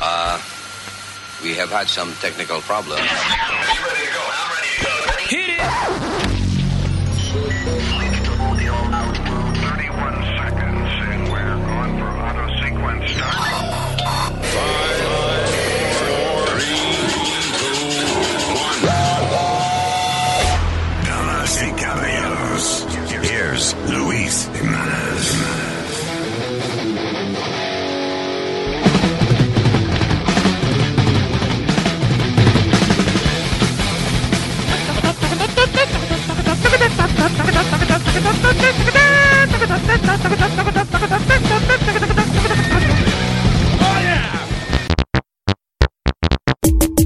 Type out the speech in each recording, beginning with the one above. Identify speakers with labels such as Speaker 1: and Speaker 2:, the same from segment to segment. Speaker 1: Uh, we have had some technical problems.
Speaker 2: Hit it!
Speaker 3: Damas y caballeros, here's Luis Jimenez.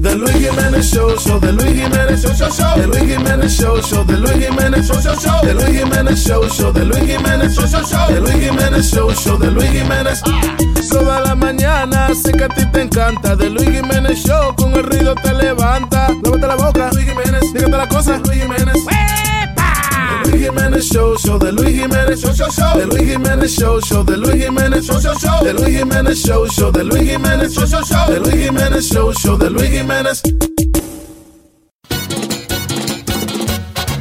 Speaker 4: The Luis Jimenez Show, show the Luis Jimenez Show, show, show. The Luis Jimenez Show, show the Luis Jimenez Show, show, show. The Luis Jimenez Show, show the Luis Jimenez Show, show, show. The Luis Jimenez Show, show the Luis Jimenez. Toda la mañana, sé que a ti te encanta. The Luis Jimenez Show, con el ruido te levanta. Lávate la boca, Luis Jimenez. Dígate la cosa, Luis Jimenez. The Luis Jimenez Show, show the Luis Jimenez Show, show, show. The Luis Jimenez Show, show the Luis Jimenez Show, show, show. The Luis Jimenez Show, show the Luis Jimenez Show, show, show. The Luis Jimenez Show, show the Luis Jimenez.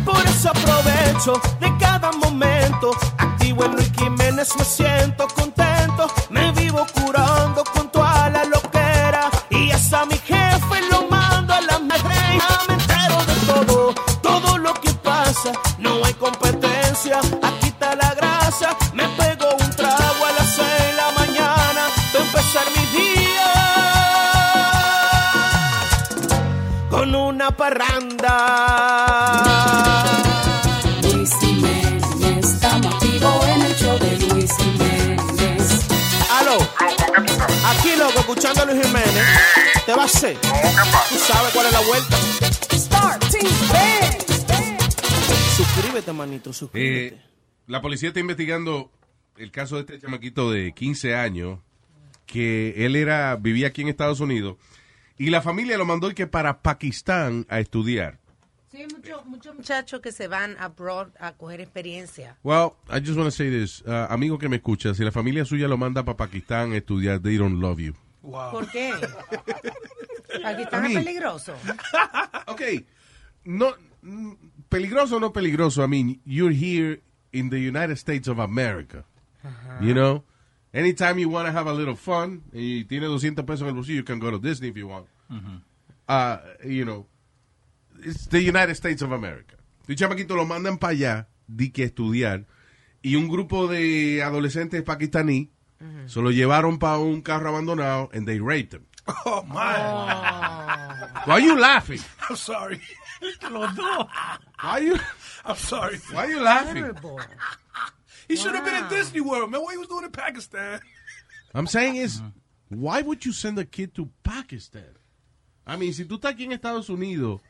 Speaker 5: Por eso aprovecho de cada momento. Activo en Luis Jiménez, me siento contento. Me vivo curando con toda la loquera. Y hasta mi jefe lo mando a la madre. Ya me entero de todo, todo lo que pasa. No hay competencia, aquí está la grasa. Me pego un trago a las seis de la mañana. De empezar mi día con una parranda.
Speaker 6: Luis Jiménez, estamos activos en el show de Luis Jiménez.
Speaker 5: Aló, aquí loco, escuchando a Luis Jiménez. ¿Te va a hacer? Tú sabes cuál es la vuelta. Suscríbete, manito, suscríbete.
Speaker 7: Eh, la policía está investigando el caso de este chamaquito de 15 años que él era vivía aquí en Estados Unidos y la familia lo mandó y que para Pakistán a estudiar.
Speaker 8: Sí, hay mucho- muchos muchachos que se van abroad a coger experiencia.
Speaker 7: Well, I just want to say this, uh, amigo que me escucha, si la familia suya lo manda para Pakistán a estudiar, they don't love you.
Speaker 8: ¿Por qué? Aquí están
Speaker 7: Ami.
Speaker 8: peligrosos.
Speaker 7: Okay, no mm, peligroso o no peligroso, I mean, you're here in the United States of America. You know, anytime you want to have a little fun y tiene 200 pesos en el bolsillo, you can go to Disney if you want. Uh, you know, it's the United States of America. Tu chamaquito lo mandan para allá, di que estudiar, y un grupo de adolescentes pakistaní se lo llevaron para un carro abandonado and they raped him.
Speaker 3: Oh, man.
Speaker 7: Why are you laughing?
Speaker 3: I'm sorry. Los dos.
Speaker 7: Why are you,
Speaker 3: I'm sorry.
Speaker 7: why are you laughing?
Speaker 8: Terrible.
Speaker 3: He should have been in Disney World. Man, what he was doing in Pakistan?
Speaker 7: I'm saying is, why would you send a kid to Pakistan? I mean, si tú estás aquí en Estados Unidos,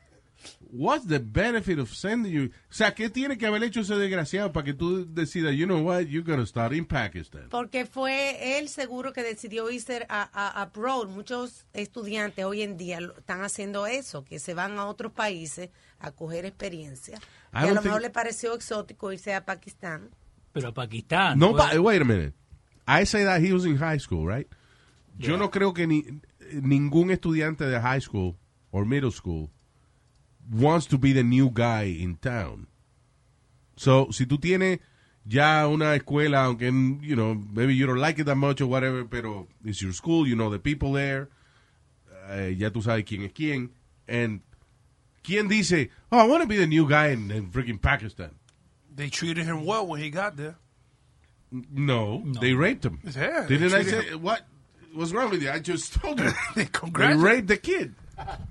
Speaker 7: what's the benefit of sending you? O sea, ¿qué tiene que haber hecho ese desgraciado para que tú decidas, you know what, you're going to start in Pakistan?
Speaker 8: Porque fue él seguro que decidió irse a, a- abroad. Muchos estudiantes hoy en día lo- están haciendo eso, que se van a otros países a coger experiencia. Y
Speaker 7: I
Speaker 8: a
Speaker 7: don't
Speaker 8: lo
Speaker 7: think-
Speaker 8: mejor le pareció exótico irse a Pakistán.
Speaker 2: Pero a Pakistán.
Speaker 7: No,
Speaker 2: pues,
Speaker 7: but wait a minute. I say that he was in high school, right? Yo no creo que ni, ningún estudiante de high school or middle school wants to be the new guy in town. So, si tú tienes ya una escuela, aunque, you know, maybe you don't like it that much or whatever, pero it's your school, you know the people there, eh, ya tú sabes quién es quién, and quién dice, oh, I want to be the new guy in, in freaking Pakistan.
Speaker 3: They treated him well when he got there.
Speaker 7: No, they raped him.
Speaker 3: Yeah,
Speaker 7: Didn't
Speaker 3: they
Speaker 7: I
Speaker 3: treated
Speaker 7: say what? What's wrong with you? I just told you.
Speaker 3: They
Speaker 7: they
Speaker 3: congratulated
Speaker 7: raped the kid.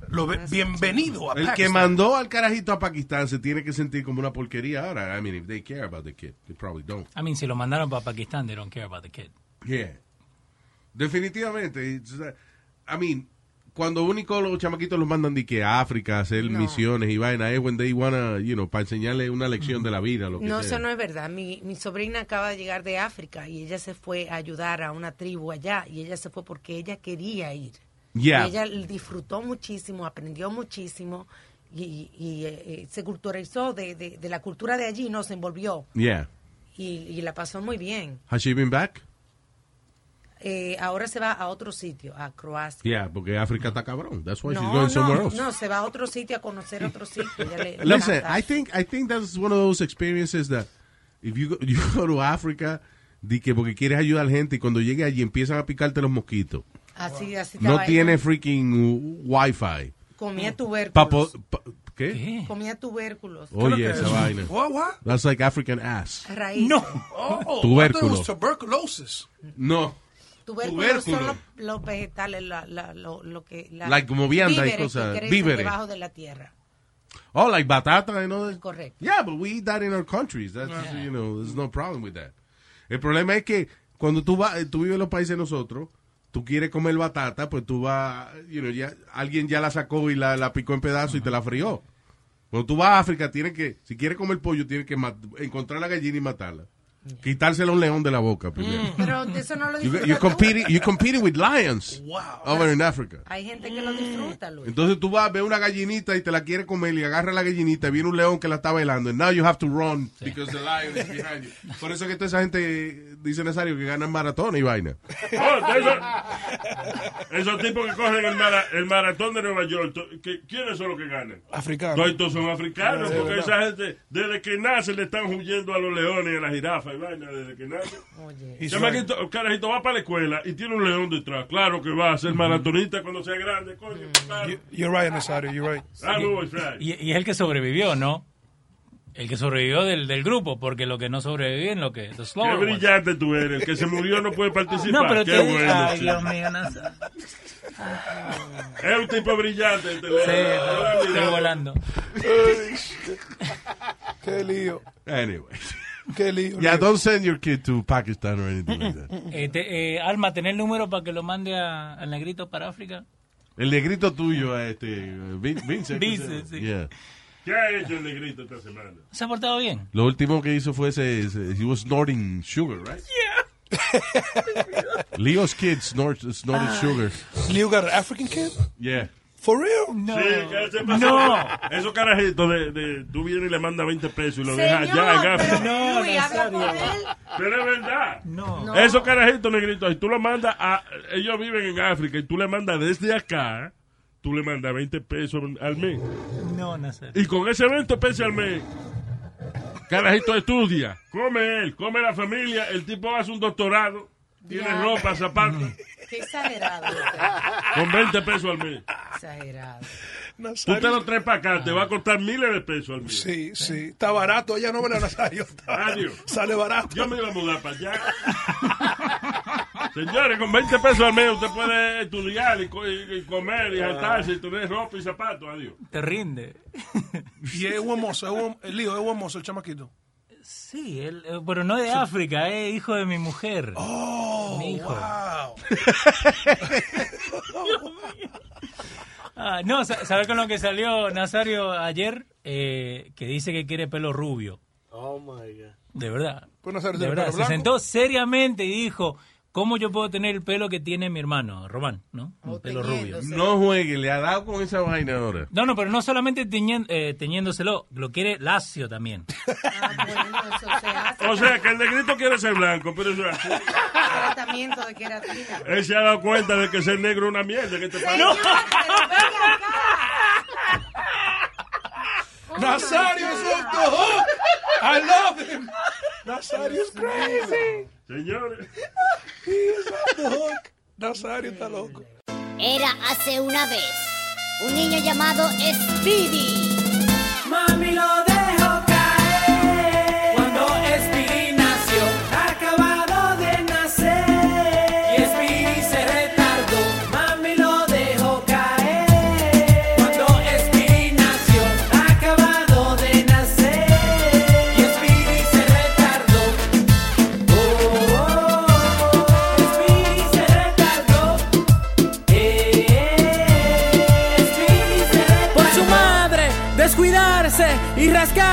Speaker 3: Lo be- bienvenido a
Speaker 7: El que
Speaker 3: Pakistan.
Speaker 7: mandó al carajito a Pakistán se tiene que sentir como una porquería ahora. I mean, if they care about the kid, they probably don't.
Speaker 2: I mean, si lo mandaron para Pakistán, they don't care about the kid.
Speaker 7: Yeah. Definitivamente. it's, uh, I mean, cuando único los chamaquitos los mandan de que a África a hacer misiones y vaina es when they wanna, you know, para enseñarle una lección de la vida, lo que
Speaker 8: No,
Speaker 7: sea.
Speaker 8: eso no es verdad. Mi, mi sobrina acaba de llegar de África y ella se fue a ayudar a una tribu allá y ella se fue porque ella quería ir.
Speaker 7: Yeah.
Speaker 8: Y ella l- disfrutó muchísimo, aprendió muchísimo y, y, eh, eh, se culturalizó de, de- de la cultura de allí, no se envolvió
Speaker 7: Yeah.
Speaker 8: y, y la pasó muy bien.
Speaker 7: Has she been back?
Speaker 8: eh, ahora se va a otro sitio, a Croacia.
Speaker 7: Yeah, porque África está cabrón. That's why she's
Speaker 8: No,
Speaker 7: going somewhere
Speaker 8: no,
Speaker 7: else.
Speaker 8: no, se va a otro sitio a conocer otro sitio. Ya le-
Speaker 7: Listen,
Speaker 8: basta.
Speaker 7: I think I think that's one of those experiences that if you go, you go to Africa, di que porque quieres ayudar a gente y cuando llegue allí empiezan a picarte los mosquitos.
Speaker 8: así, así
Speaker 7: No
Speaker 8: estaba
Speaker 7: tiene
Speaker 8: ella.
Speaker 7: freaking wifi.
Speaker 8: Comía tubérculos.
Speaker 7: Pa po- pa- ¿Qué?
Speaker 2: ¿Qué?
Speaker 8: Comía tubérculos.
Speaker 7: Oye, esa vaina.
Speaker 3: What, what?
Speaker 7: That's like African ass.
Speaker 8: Raíces.
Speaker 2: No.
Speaker 3: Oh, I thought it
Speaker 7: Tubérculo.
Speaker 3: was tuberculosis.
Speaker 7: No.
Speaker 8: Tubérculos son
Speaker 7: Tubérculo.
Speaker 8: los, los vegetales, la, la- lo, lo que... La,
Speaker 7: Like como vianda y
Speaker 8: víveres que
Speaker 7: cosas,
Speaker 8: crecen
Speaker 7: víveres.
Speaker 8: debajo de la tierra.
Speaker 7: Oh, like batata and all that.
Speaker 8: Correcto.
Speaker 7: Yeah, but we eat that in our countries. That's, you know, there's no problem with that. El problema es que cuando tú vas, tú vives en los países de nosotros, tú quieres comer batata, pues tú vas, you know, ya, alguien ya la sacó y la, la picó en pedazos y te la frió. Cuando tú vas a África, tienes que, si quieres comer pollo, tienes que mat- encontrar la gallina y matarla. Quitársela a un león de la boca primero.
Speaker 8: Mm. Pero de eso no lo
Speaker 7: You,
Speaker 8: disfrutas tú.
Speaker 7: you're, competing, you're competing with lions over in Africa.
Speaker 8: Hay gente que lo disfruta, Luis.
Speaker 7: Entonces tú vas, ves una gallinita y te la quiere comer y agarra la gallinita y viene un león que la está velando. And now you have to run because the lion is behind you. Por eso es que toda esa gente dice necesario que ganan maratón y vaina.
Speaker 9: Oh, esos- esos tipos que cogen el, mara- el maratón de Nueva York, to- que- ¿quiénes son los que ganan?
Speaker 3: Africano.
Speaker 9: No, estos son africanos, porque esa gente, desde que nace, le están huyendo a los leones y a las jirafas y vaina, desde que nace.
Speaker 8: Oye,
Speaker 3: He's right.
Speaker 9: Chamaquito, carajito, va para la escuela y tiene un león detrás. Claro que va a ser maratonista cuando sea grande, coño. claro. Ah,
Speaker 3: You- You're right, Nazario. You're right.
Speaker 9: I'm always right.
Speaker 2: Y, y es el que sobrevivió, ¿no? El que sobrevivió del, del grupo, porque lo que no sobreviven, lo que... the
Speaker 9: Qué
Speaker 2: slower ones.
Speaker 9: brillante tú eres. El que se murió no puede participar.
Speaker 2: No, pero
Speaker 9: Qué
Speaker 2: te-
Speaker 9: bueno,
Speaker 2: Ay,
Speaker 9: chico.
Speaker 2: Dios mío, no sé.
Speaker 9: Es un tipo brillante. Este león. Hola, mi
Speaker 2: Estoy
Speaker 9: león.
Speaker 2: volando.
Speaker 3: Qué lío.
Speaker 7: Anyway.
Speaker 3: Qué lío.
Speaker 7: Yeah, don't send your kid to Pakistan or anything like that.
Speaker 2: Eh, te- eh, Alma, ¿tenés el número para que lo mande a- al negrito para África?
Speaker 7: El negrito tuyo a este eh, Vin- Vince. ¿qué se llama?
Speaker 2: Vince, sí.
Speaker 7: Yeah.
Speaker 9: ¿Qué ha hecho el negrito esta semana?
Speaker 2: ¿Se ha portado bien?
Speaker 7: Lo último que hizo fue ese, ese- he was snorting sugar, right? Yeah. Leo's kid snort, snorted sugar.
Speaker 3: Leo got an African kid?
Speaker 7: Yeah.
Speaker 3: For real? No.
Speaker 9: Sí, ¿qué se pasa?
Speaker 2: No.
Speaker 9: Esos carajitos de, de- tú vienes y le mandas 20 pesos y lo dejas allá en
Speaker 8: Señor, pero
Speaker 9: África.
Speaker 2: No,
Speaker 8: Luis, habla
Speaker 2: Nazario.
Speaker 8: por él.
Speaker 9: Pero es verdad.
Speaker 2: No.
Speaker 8: No.
Speaker 9: Esos carajitos negritos, y tú los mandas a. Ellos viven en África y tú le mandas desde acá, tú le mandas 20 pesos al mes.
Speaker 2: No, Nazario.
Speaker 9: Y con ese 20 pesos al mes, carajito estudia, come él, come la familia, el tipo hace un doctorado, tiene
Speaker 8: Ya.
Speaker 9: ropa, zapatos,
Speaker 8: Qué exagerado. usted.
Speaker 9: con 20 pesos al mes.
Speaker 8: Exagerado.
Speaker 9: Tú te
Speaker 3: Nazario.
Speaker 9: lo traes para acá, te va a costar miles de pesos al mes.
Speaker 3: Sí, sí. Está barato. Allá no me Nazario. Está-
Speaker 9: Adiós.
Speaker 3: Sale barato.
Speaker 9: Yo me iba a mudar para allá. Señores, con 20 pesos al mes usted puede estudiar y, co- y- y comer y gastarse y tener ropa y zapatos. Adiós.
Speaker 2: Te rinde.
Speaker 3: Y es un mozo. Es un, el lío es un mozo, el chamaquito.
Speaker 2: Sí, él, eh, pero no de África, es hijo de mi mujer. mi hijo.
Speaker 3: Oh, Wow.
Speaker 2: Ah, no, sa- ¿sabes con lo que salió Nazario ayer? Eh, que dice que quiere pelo rubio.
Speaker 10: Oh my God.
Speaker 2: De verdad.
Speaker 3: Pues Nazario
Speaker 2: de
Speaker 3: tiene
Speaker 2: verdad.
Speaker 3: pelo
Speaker 2: Se
Speaker 3: blanco.
Speaker 2: sentó seriamente y dijo, ¿cómo yo puedo tener el pelo que tiene mi hermano, Román? ¿No? Un pelo rubio.
Speaker 8: teñiéndose.
Speaker 7: No juegue, le ha dado con esa vaina ahora.
Speaker 2: No, no, pero no solamente teñien- eh, teñiéndoselo, lo quiere lacio también.
Speaker 8: Ah, bueno, eso se hace.
Speaker 9: O sea, que el negrito quiere ser blanco, pero eso es así.
Speaker 8: Tratamiento de queratina.
Speaker 9: Él se ha dado cuenta de que ser negro es una mierda. ¿Qué te pasa?
Speaker 8: Señor, pero venga acá.
Speaker 3: Nazario is off the hook. I love him. Nazario is crazy.
Speaker 9: Señores.
Speaker 3: He is off the hook. Nazario está loco.
Speaker 11: Era hace una vez un niño llamado Speedy.
Speaker 12: Mami lo dejo caer cuando Speedy nació, acabado de nacer. Y Speedy se retardó. Mami lo dejó caer cuando Speedy nació, acabado de nacer. Y Speedy se retardó. Oh, oh, oh. Speedy se retardó. Eh, eh, Speedy se retardó. Por su madre, descuidarse y rascarse.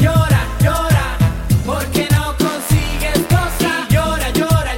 Speaker 12: llora, llora, porque no consigues cosas. Llora, llora.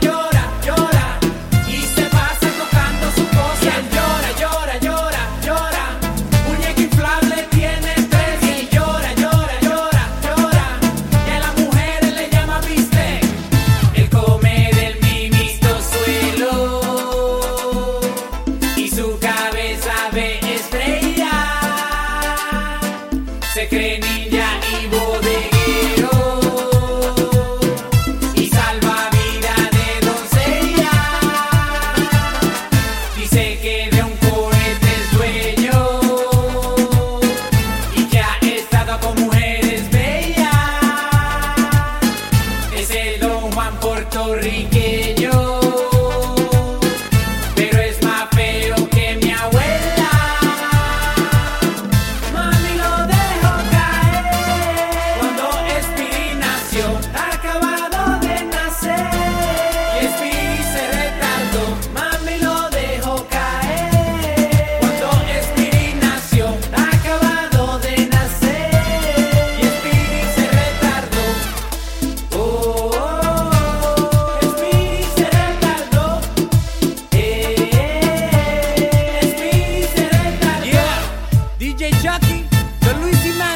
Speaker 12: Oh,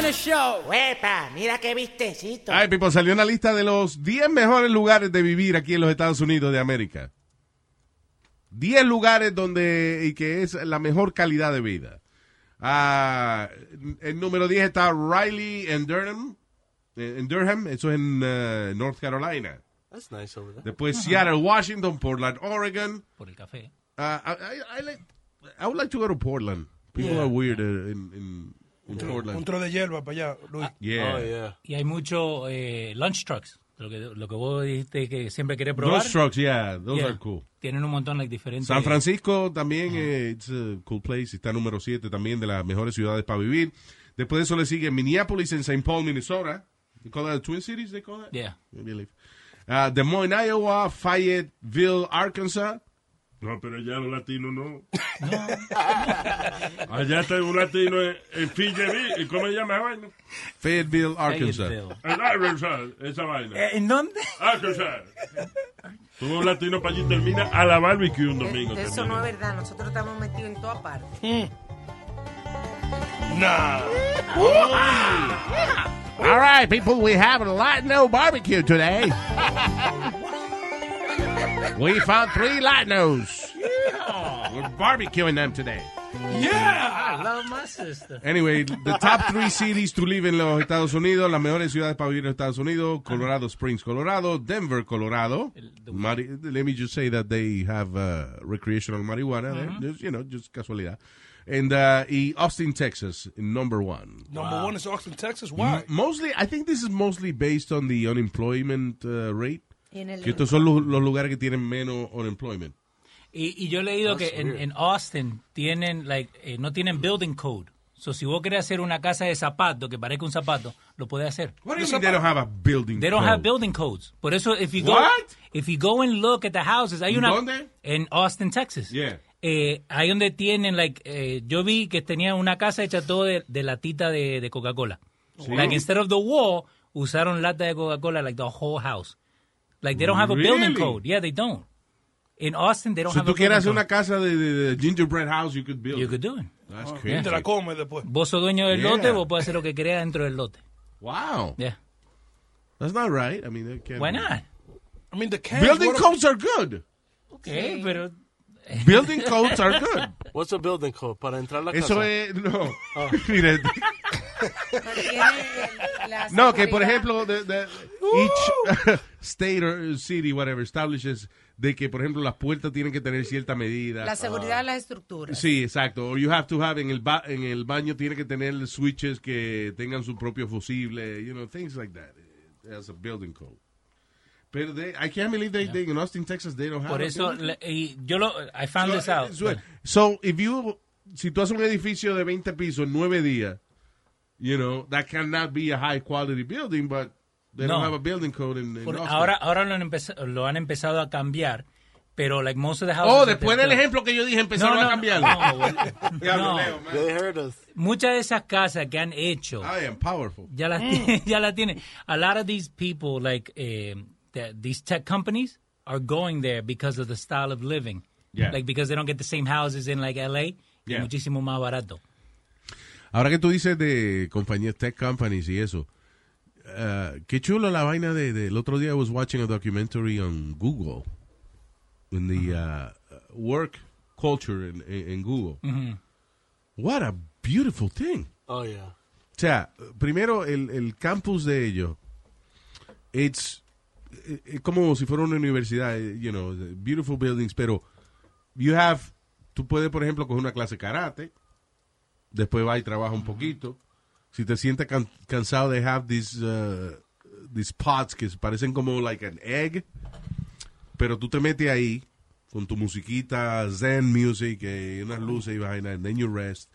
Speaker 12: Eh,
Speaker 13: show. Huepa, mira qué vistecito.
Speaker 7: Ay, Pipo, salió una lista de los 10 mejores lugares de vivir aquí en los Estados Unidos de América. 10 lugares donde y que es la mejor calidad de vida. Ah, el número 10 está Riley and Durham. eh, En Durham, eso es en eh, North Carolina.
Speaker 3: That's nice over there.
Speaker 7: Después Seattle, Washington, Portland, Oh, Oregon.
Speaker 2: Por el café.
Speaker 7: Ah, I, I- I like- I would like to go to Portland. People
Speaker 2: Yeah.
Speaker 7: are weird uh, in, in, in Portland.
Speaker 3: Un tro de Ah, hierba para allá, Luis.
Speaker 7: Yeah.
Speaker 2: Y hay muchos lunch trucks. Lo que, lo que vos dijiste que siempre querés probar.
Speaker 7: Those trucks, yeah, those are cool.
Speaker 2: Tienen un montón de diferentes.
Speaker 7: San Francisco también eh, it's a cool place. Está número 7 también de las mejores ciudades para vivir. Después de eso le sigue Minneapolis en St. Paul, Minnesota. They call that the Twin Cities, they call that?
Speaker 2: Yeah.
Speaker 7: I believe. Ah, Des Moines, Iowa, Fayetteville, Arkansas.
Speaker 9: No, pero allá los latinos no. allá está un latino en, en Fayetteville. ¿Cómo se llama esa vaina?
Speaker 7: Fayetteville, Arkansas.
Speaker 9: En Arkansas, esa vaina.
Speaker 2: Eh, ¿En dónde?
Speaker 9: Arkansas. Tuvo un latino para allí termina a la barbecue un domingo.
Speaker 8: Eso no es verdad, nosotros estamos metidos en toda parte.
Speaker 9: Nah.
Speaker 7: All right, people, we have a Latino barbecue today. We found three Latinos. We're barbecuing them today.
Speaker 2: Yeah. I love my sister.
Speaker 7: Ah. Anyway, the top three cities to live en los Estados Unidos, las mejores ciudades para vivir en los Estados Unidos, Colorado Springs, Colorado, Denver, Colorado. Mari- let me just say that they have uh, recreational marijuana, there.
Speaker 3: Ujú.
Speaker 7: just, you know, just casualidad. And uh, y Austin, Texas, in number one.
Speaker 3: Number one is Austin, Texas. Why?
Speaker 7: M- Mostly, I think this is mostly based on the unemployment uh, rate.
Speaker 2: En el-
Speaker 7: Que estos son los, los lugares que tienen menos unemployment.
Speaker 2: Y, y yo he leído
Speaker 3: That's
Speaker 2: que en,
Speaker 3: weird.
Speaker 2: en Austin tienen, like, eh, no tienen building code. So, si vos querés hacer una casa de zapato que parezca un zapato, lo puedes hacer.
Speaker 7: they don't have a building.
Speaker 2: They don't
Speaker 7: code.
Speaker 2: have building codes. Por eso, if you go,
Speaker 7: What?
Speaker 2: if you go and look at the houses, hay una
Speaker 7: ¿Dónde?
Speaker 2: en Austin, Texas.
Speaker 7: Yeah.
Speaker 2: Eh, ahí donde tienen, like, eh, yo vi que tenía una casa hecha todo de, de latita de, de Coca-Cola.
Speaker 7: Sí.
Speaker 2: Like instead of the wall, usaron lata de Coca-Cola like the whole house. Like they don't have a building
Speaker 7: Really?
Speaker 2: code. Yeah, they don't. In Austin, they don't
Speaker 7: Si
Speaker 2: have a
Speaker 7: tú quieres hacer
Speaker 2: building
Speaker 7: una casa de, de- de gingerbread house, you could build
Speaker 2: You
Speaker 7: it.
Speaker 2: could do it.
Speaker 7: That's
Speaker 2: Oh,
Speaker 7: crazy.
Speaker 2: te la
Speaker 3: Come después.
Speaker 2: code. Vos sos dueño del
Speaker 7: Yeah.
Speaker 2: lote, vos puedes hacer lo que quieras dentro del lote.
Speaker 7: Wow.
Speaker 2: Yeah.
Speaker 7: That's not right. I mean, that can't
Speaker 2: Why
Speaker 7: be-
Speaker 2: not?
Speaker 3: I mean, the cans,
Speaker 7: Building
Speaker 3: what a-
Speaker 7: codes are good.
Speaker 2: Okay, pero
Speaker 7: Building codes are good.
Speaker 10: What's a building code? Para entrar a la casa. Ah.
Speaker 7: Eso es. No. Mire,
Speaker 8: Las
Speaker 7: no, que por
Speaker 8: autoridades-
Speaker 7: ejemplo, the- the- each state or city, whatever, establishes de que, por ejemplo, las puertas tienen que tener cierta medida.
Speaker 8: La seguridad de las estructuras.
Speaker 7: Sí, exacto. Or you have to have en el ba- en el baño tiene que tener switches que tengan su propio fusible, you know, things like that. That's a building code. Pero they, I can't believe they, they in Austin, Texas, they don't have.
Speaker 2: por
Speaker 7: a
Speaker 2: eso
Speaker 7: building
Speaker 2: le- y yo lo I found
Speaker 7: So, eh,
Speaker 2: this out.
Speaker 7: so- So, if you, si tú haces un edificio de 20 pisos en 9 días, you know, that cannot be a high quality building, but they don't
Speaker 2: No.
Speaker 7: have a building code in, in
Speaker 2: Por-
Speaker 7: Austin.
Speaker 2: ahora ahora lo han, empeza- lo han empezado a cambiar, pero like most of the houses
Speaker 7: oh,
Speaker 2: that
Speaker 7: después
Speaker 2: they've
Speaker 7: del
Speaker 2: built-
Speaker 7: ejemplo que yo dije, empezaron
Speaker 2: No, no,
Speaker 7: a cambiarlo.
Speaker 2: no, güey.
Speaker 7: Diablo,
Speaker 2: No.
Speaker 7: Leo, man.
Speaker 2: Muchas de esas casas que han hecho
Speaker 7: I am powerful.
Speaker 2: ya las ti- ya la tienen. A lot of these people like eh, the- these tech companies are going there because of the style of living.
Speaker 7: Yeah.
Speaker 2: Like because they don't get the same houses in like LA, y
Speaker 7: Yeah.
Speaker 2: muchísimo más barato.
Speaker 7: Ahora que tú dices de compañías tech companies y eso, uh, qué chulo la vaina de, de- el otro día I was watching a documentary on Google, in the uh, work culture en en- en Google.
Speaker 10: Ujú.
Speaker 7: What a beautiful thing.
Speaker 10: Oh, yeah.
Speaker 7: O sea, primero el, el campus de ellos, it's eh, eh, como si fuera una universidad, eh, you know, beautiful buildings, pero you have, tú puedes por ejemplo coger una clase de karate, después va y trabaja un poquito, si te sientes can- cansado de have these uh, these pots que parecen como like an egg, pero tú te metes ahí con tu musiquita zen music, eh, unas luces y vaina, and then you rest,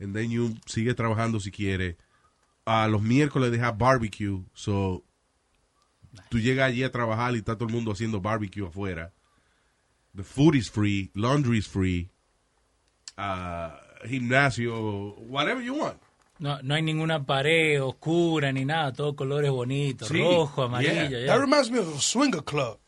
Speaker 7: and then you sigue trabajando si quieres. A los miércoles deja barbecue, so tú llegas allí a trabajar y está todo el mundo haciendo barbecue afuera. The food is free, laundry is free, ah, gimnasio, whatever you want.
Speaker 2: No, no hay ninguna pared oscura ni nada, todos colores bonitos, rojo, amarillo.
Speaker 3: Yeah.
Speaker 2: yeah.
Speaker 3: That reminds me of a swinger club.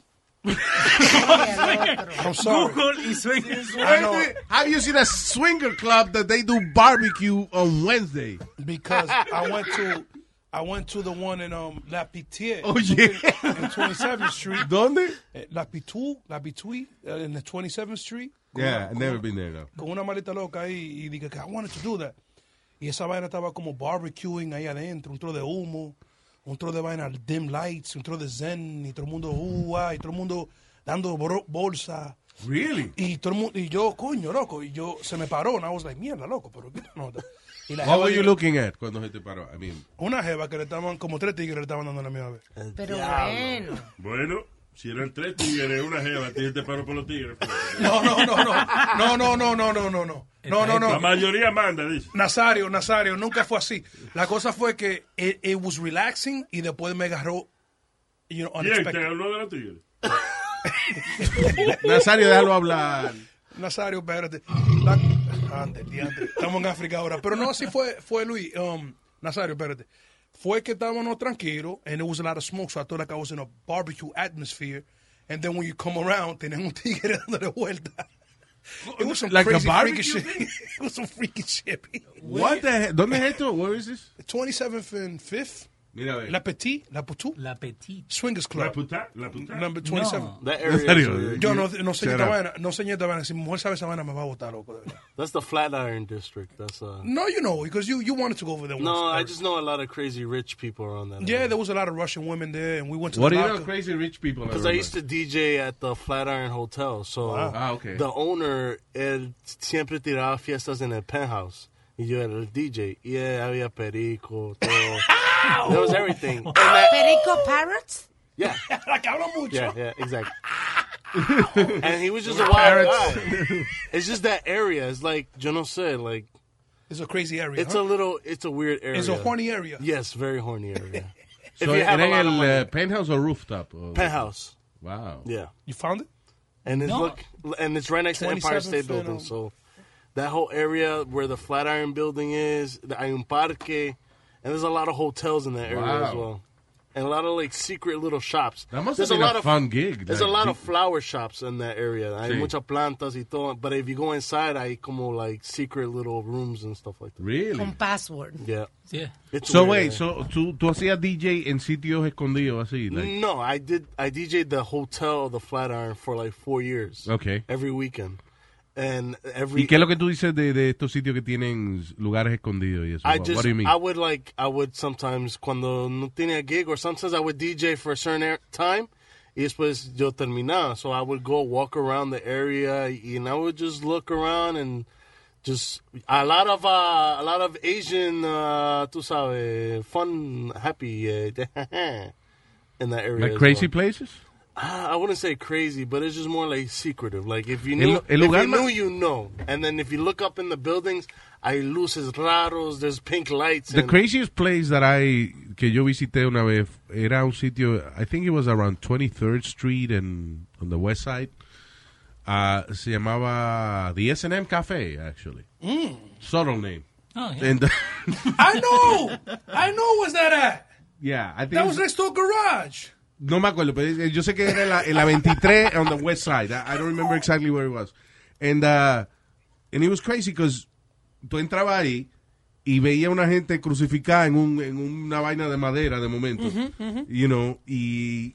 Speaker 7: I'm
Speaker 2: Google y swingers.
Speaker 7: Have you seen a swinger club that they do barbecue on Wednesday?
Speaker 3: because I went to I went to the one in um La Pitié.
Speaker 7: Oh, yeah.
Speaker 3: In 27th Street.
Speaker 7: ¿Dónde?
Speaker 3: Eh, La Pitu, La Pitui, uh, in the 27th Street.
Speaker 7: Yeah, I've never been there though.
Speaker 3: Con una maleta loca ahí y dije que I wanted to do that. Y esa vaina estaba como barbecuing ahí adentro, un tro de humo, un tro de vaina dim lights, un tro de zen y todo el mundo uva y todo el mundo dando bro- bolsa.
Speaker 7: Really?
Speaker 3: Y todo el mundo y yo, coño, loco, y yo se me paró, and I was like, mierda, loco, pero qué no. Y
Speaker 7: What
Speaker 3: jeva
Speaker 7: were you
Speaker 3: dijo-
Speaker 7: looking at cuando se te paró? I mean,
Speaker 3: una jeva que le estaban, como tres tigres le estaban dando la misma vez.
Speaker 8: Pero
Speaker 9: Diablo. Bueno, si eran tres tigres, una jeva, tienes te paro por los tigres.
Speaker 3: No, no, no, no. No, no, no, no, no, no, no. No, no, no.
Speaker 9: La mayoría manda, dice.
Speaker 3: Nazario, Nazario, nunca fue así. La cosa fue que it, it was relaxing y después me agarró, you know,
Speaker 9: ¿Quién te
Speaker 3: unexpected.
Speaker 9: habló de los tigres?
Speaker 7: Nazario, déjalo hablar.
Speaker 3: Nazario, espérate. La- Ande, diantre. Estamos en África ahora. Pero no, así fue, fue Luis. Um, Nazario, espérate. Fue que estábamos tranquilos, and it was a lot of smoke, so I thought like I was in a barbecue atmosphere. And then when you come around, tenían un tigre dándole vuelta. It was some
Speaker 7: Like a
Speaker 3: crazy, freaky
Speaker 7: barbecue
Speaker 3: shit. It was some freaky shit.
Speaker 7: What the hell? ¿Dónde es esto? Where is this?
Speaker 3: 27th and 5th.
Speaker 7: Mira, a ver.
Speaker 3: La Petit, La Putu.
Speaker 2: La Petit.
Speaker 3: Swingers Club.
Speaker 9: La Puta, La Puta.
Speaker 3: Number 27.
Speaker 9: No. That area is Nazario, really-
Speaker 3: Yo no, no sé
Speaker 9: Shut
Speaker 3: esta
Speaker 9: up.
Speaker 3: vaina, no sé ni esta vaina. Si mi mujer sabe esa vaina, me va a botar, loco. de verdad.
Speaker 10: That's the Flatiron District. That's uh.
Speaker 3: No, you know, because you, you wanted to go over there
Speaker 10: No,
Speaker 3: once.
Speaker 10: I just know a lot of crazy rich people around that.
Speaker 3: Yeah, there was a lot of Russian women there, and we went to
Speaker 10: What
Speaker 3: the
Speaker 10: do you
Speaker 3: locker.
Speaker 10: know
Speaker 7: crazy rich people?
Speaker 10: Because I used to DJ at the Flatiron Hotel, so
Speaker 3: Wow. Ah, okay.
Speaker 10: the owner él siempre tiraba fiestas en el penthouse, y yo era el DJ. Y eh, había perico, todo. there was everything. And I-
Speaker 8: Perico Parrots.
Speaker 10: Yeah.
Speaker 3: La que habla mucho.
Speaker 10: yeah, yeah, exactly. and he was just a
Speaker 3: We're
Speaker 10: wild
Speaker 3: parrots.
Speaker 10: guy. It's just that area. It's like you know, said like
Speaker 3: It's a crazy area.
Speaker 10: it's
Speaker 3: huh?
Speaker 10: a little, it's a weird area.
Speaker 3: It's a horny area.
Speaker 10: Yes, very horny area. if
Speaker 7: So,
Speaker 10: you have
Speaker 7: ¿Era
Speaker 10: a lot of
Speaker 7: en el
Speaker 10: money.
Speaker 7: eh, penthouse o rooftop? O-
Speaker 10: Penthouse.
Speaker 7: Wow.
Speaker 10: Yeah.
Speaker 3: You found it?
Speaker 10: And it's
Speaker 3: No.
Speaker 10: look and it's right next to Empire
Speaker 3: 27th
Speaker 10: State
Speaker 3: and,
Speaker 10: Building.
Speaker 3: um,
Speaker 10: So that whole area where the Flatiron Building is, the Ayun Parque, and there's a lot of hotels in that area
Speaker 7: Wow.
Speaker 10: as well. And a lot of like secret little shops.
Speaker 7: That must
Speaker 10: there's
Speaker 7: have been
Speaker 10: a, lot
Speaker 7: a
Speaker 10: of
Speaker 7: fun gig,
Speaker 10: There's
Speaker 7: like,
Speaker 10: a lot
Speaker 7: big-
Speaker 10: of flower shops in that area. Hay
Speaker 7: Sí.
Speaker 10: muchas plantas y todo. But if you go inside, I como like secret little rooms and stuff like that.
Speaker 7: Really?
Speaker 8: Con password.
Speaker 10: Yeah.
Speaker 2: Yeah.
Speaker 10: It's
Speaker 7: So,
Speaker 10: weird,
Speaker 3: eh.
Speaker 7: wait,
Speaker 10: yeah.
Speaker 7: so, ¿tú, tú hacías DJ en sitios escondidos así? Like,
Speaker 10: no, I did. I DJ'd the hotel, the Flatiron, for like four years.
Speaker 7: Okay.
Speaker 10: Every weekend, and
Speaker 3: Mm,
Speaker 10: every.
Speaker 7: ¿Y qué es lo que tú dices de, de estos sitios que tienen lugares escondidos y eso?
Speaker 10: I
Speaker 7: What-
Speaker 10: just,
Speaker 7: what do you mean?
Speaker 10: I would like, I would sometimes cuando no tenía gig or sometimes I would DJ for a certain air- time, y después yo terminaba. So I would go walk around the area and I would just look around and just a lot of uh, a lot of Asian, uh, tú sabes, fun, happy uh, in that area.
Speaker 7: like
Speaker 10: as
Speaker 7: crazy
Speaker 10: well.
Speaker 7: places?
Speaker 10: Ah, I wouldn't say crazy, but it's just more like secretive. Like if you
Speaker 7: El-
Speaker 10: knew,
Speaker 7: el lugar
Speaker 10: if you
Speaker 7: más-
Speaker 10: knew, you know. And then if you look up in the buildings, hay luces raros, there's pink lights.
Speaker 7: The
Speaker 10: and-
Speaker 7: craziest place that I que yo visité una vez era un sitio, I think it was around 23rd Street and on the west side. Ah, se llamaba the S&M Café, actually.
Speaker 3: Mm.
Speaker 7: Subtle name.
Speaker 3: Oh, yeah.
Speaker 7: And-
Speaker 3: I know. I know where's that at.
Speaker 7: yeah, I think
Speaker 3: That was
Speaker 7: it's-
Speaker 3: next to a garage.
Speaker 7: No me acuerdo, pero eh, yo sé que era en la, en la 23 on the west side. I, I don't remember exactly where it was. And, uh, and it was crazy because tú entrabas ahí y veía una gente crucificada en, un, en una vaina de madera de momento.
Speaker 3: Ujú, ujú.
Speaker 7: You know, y,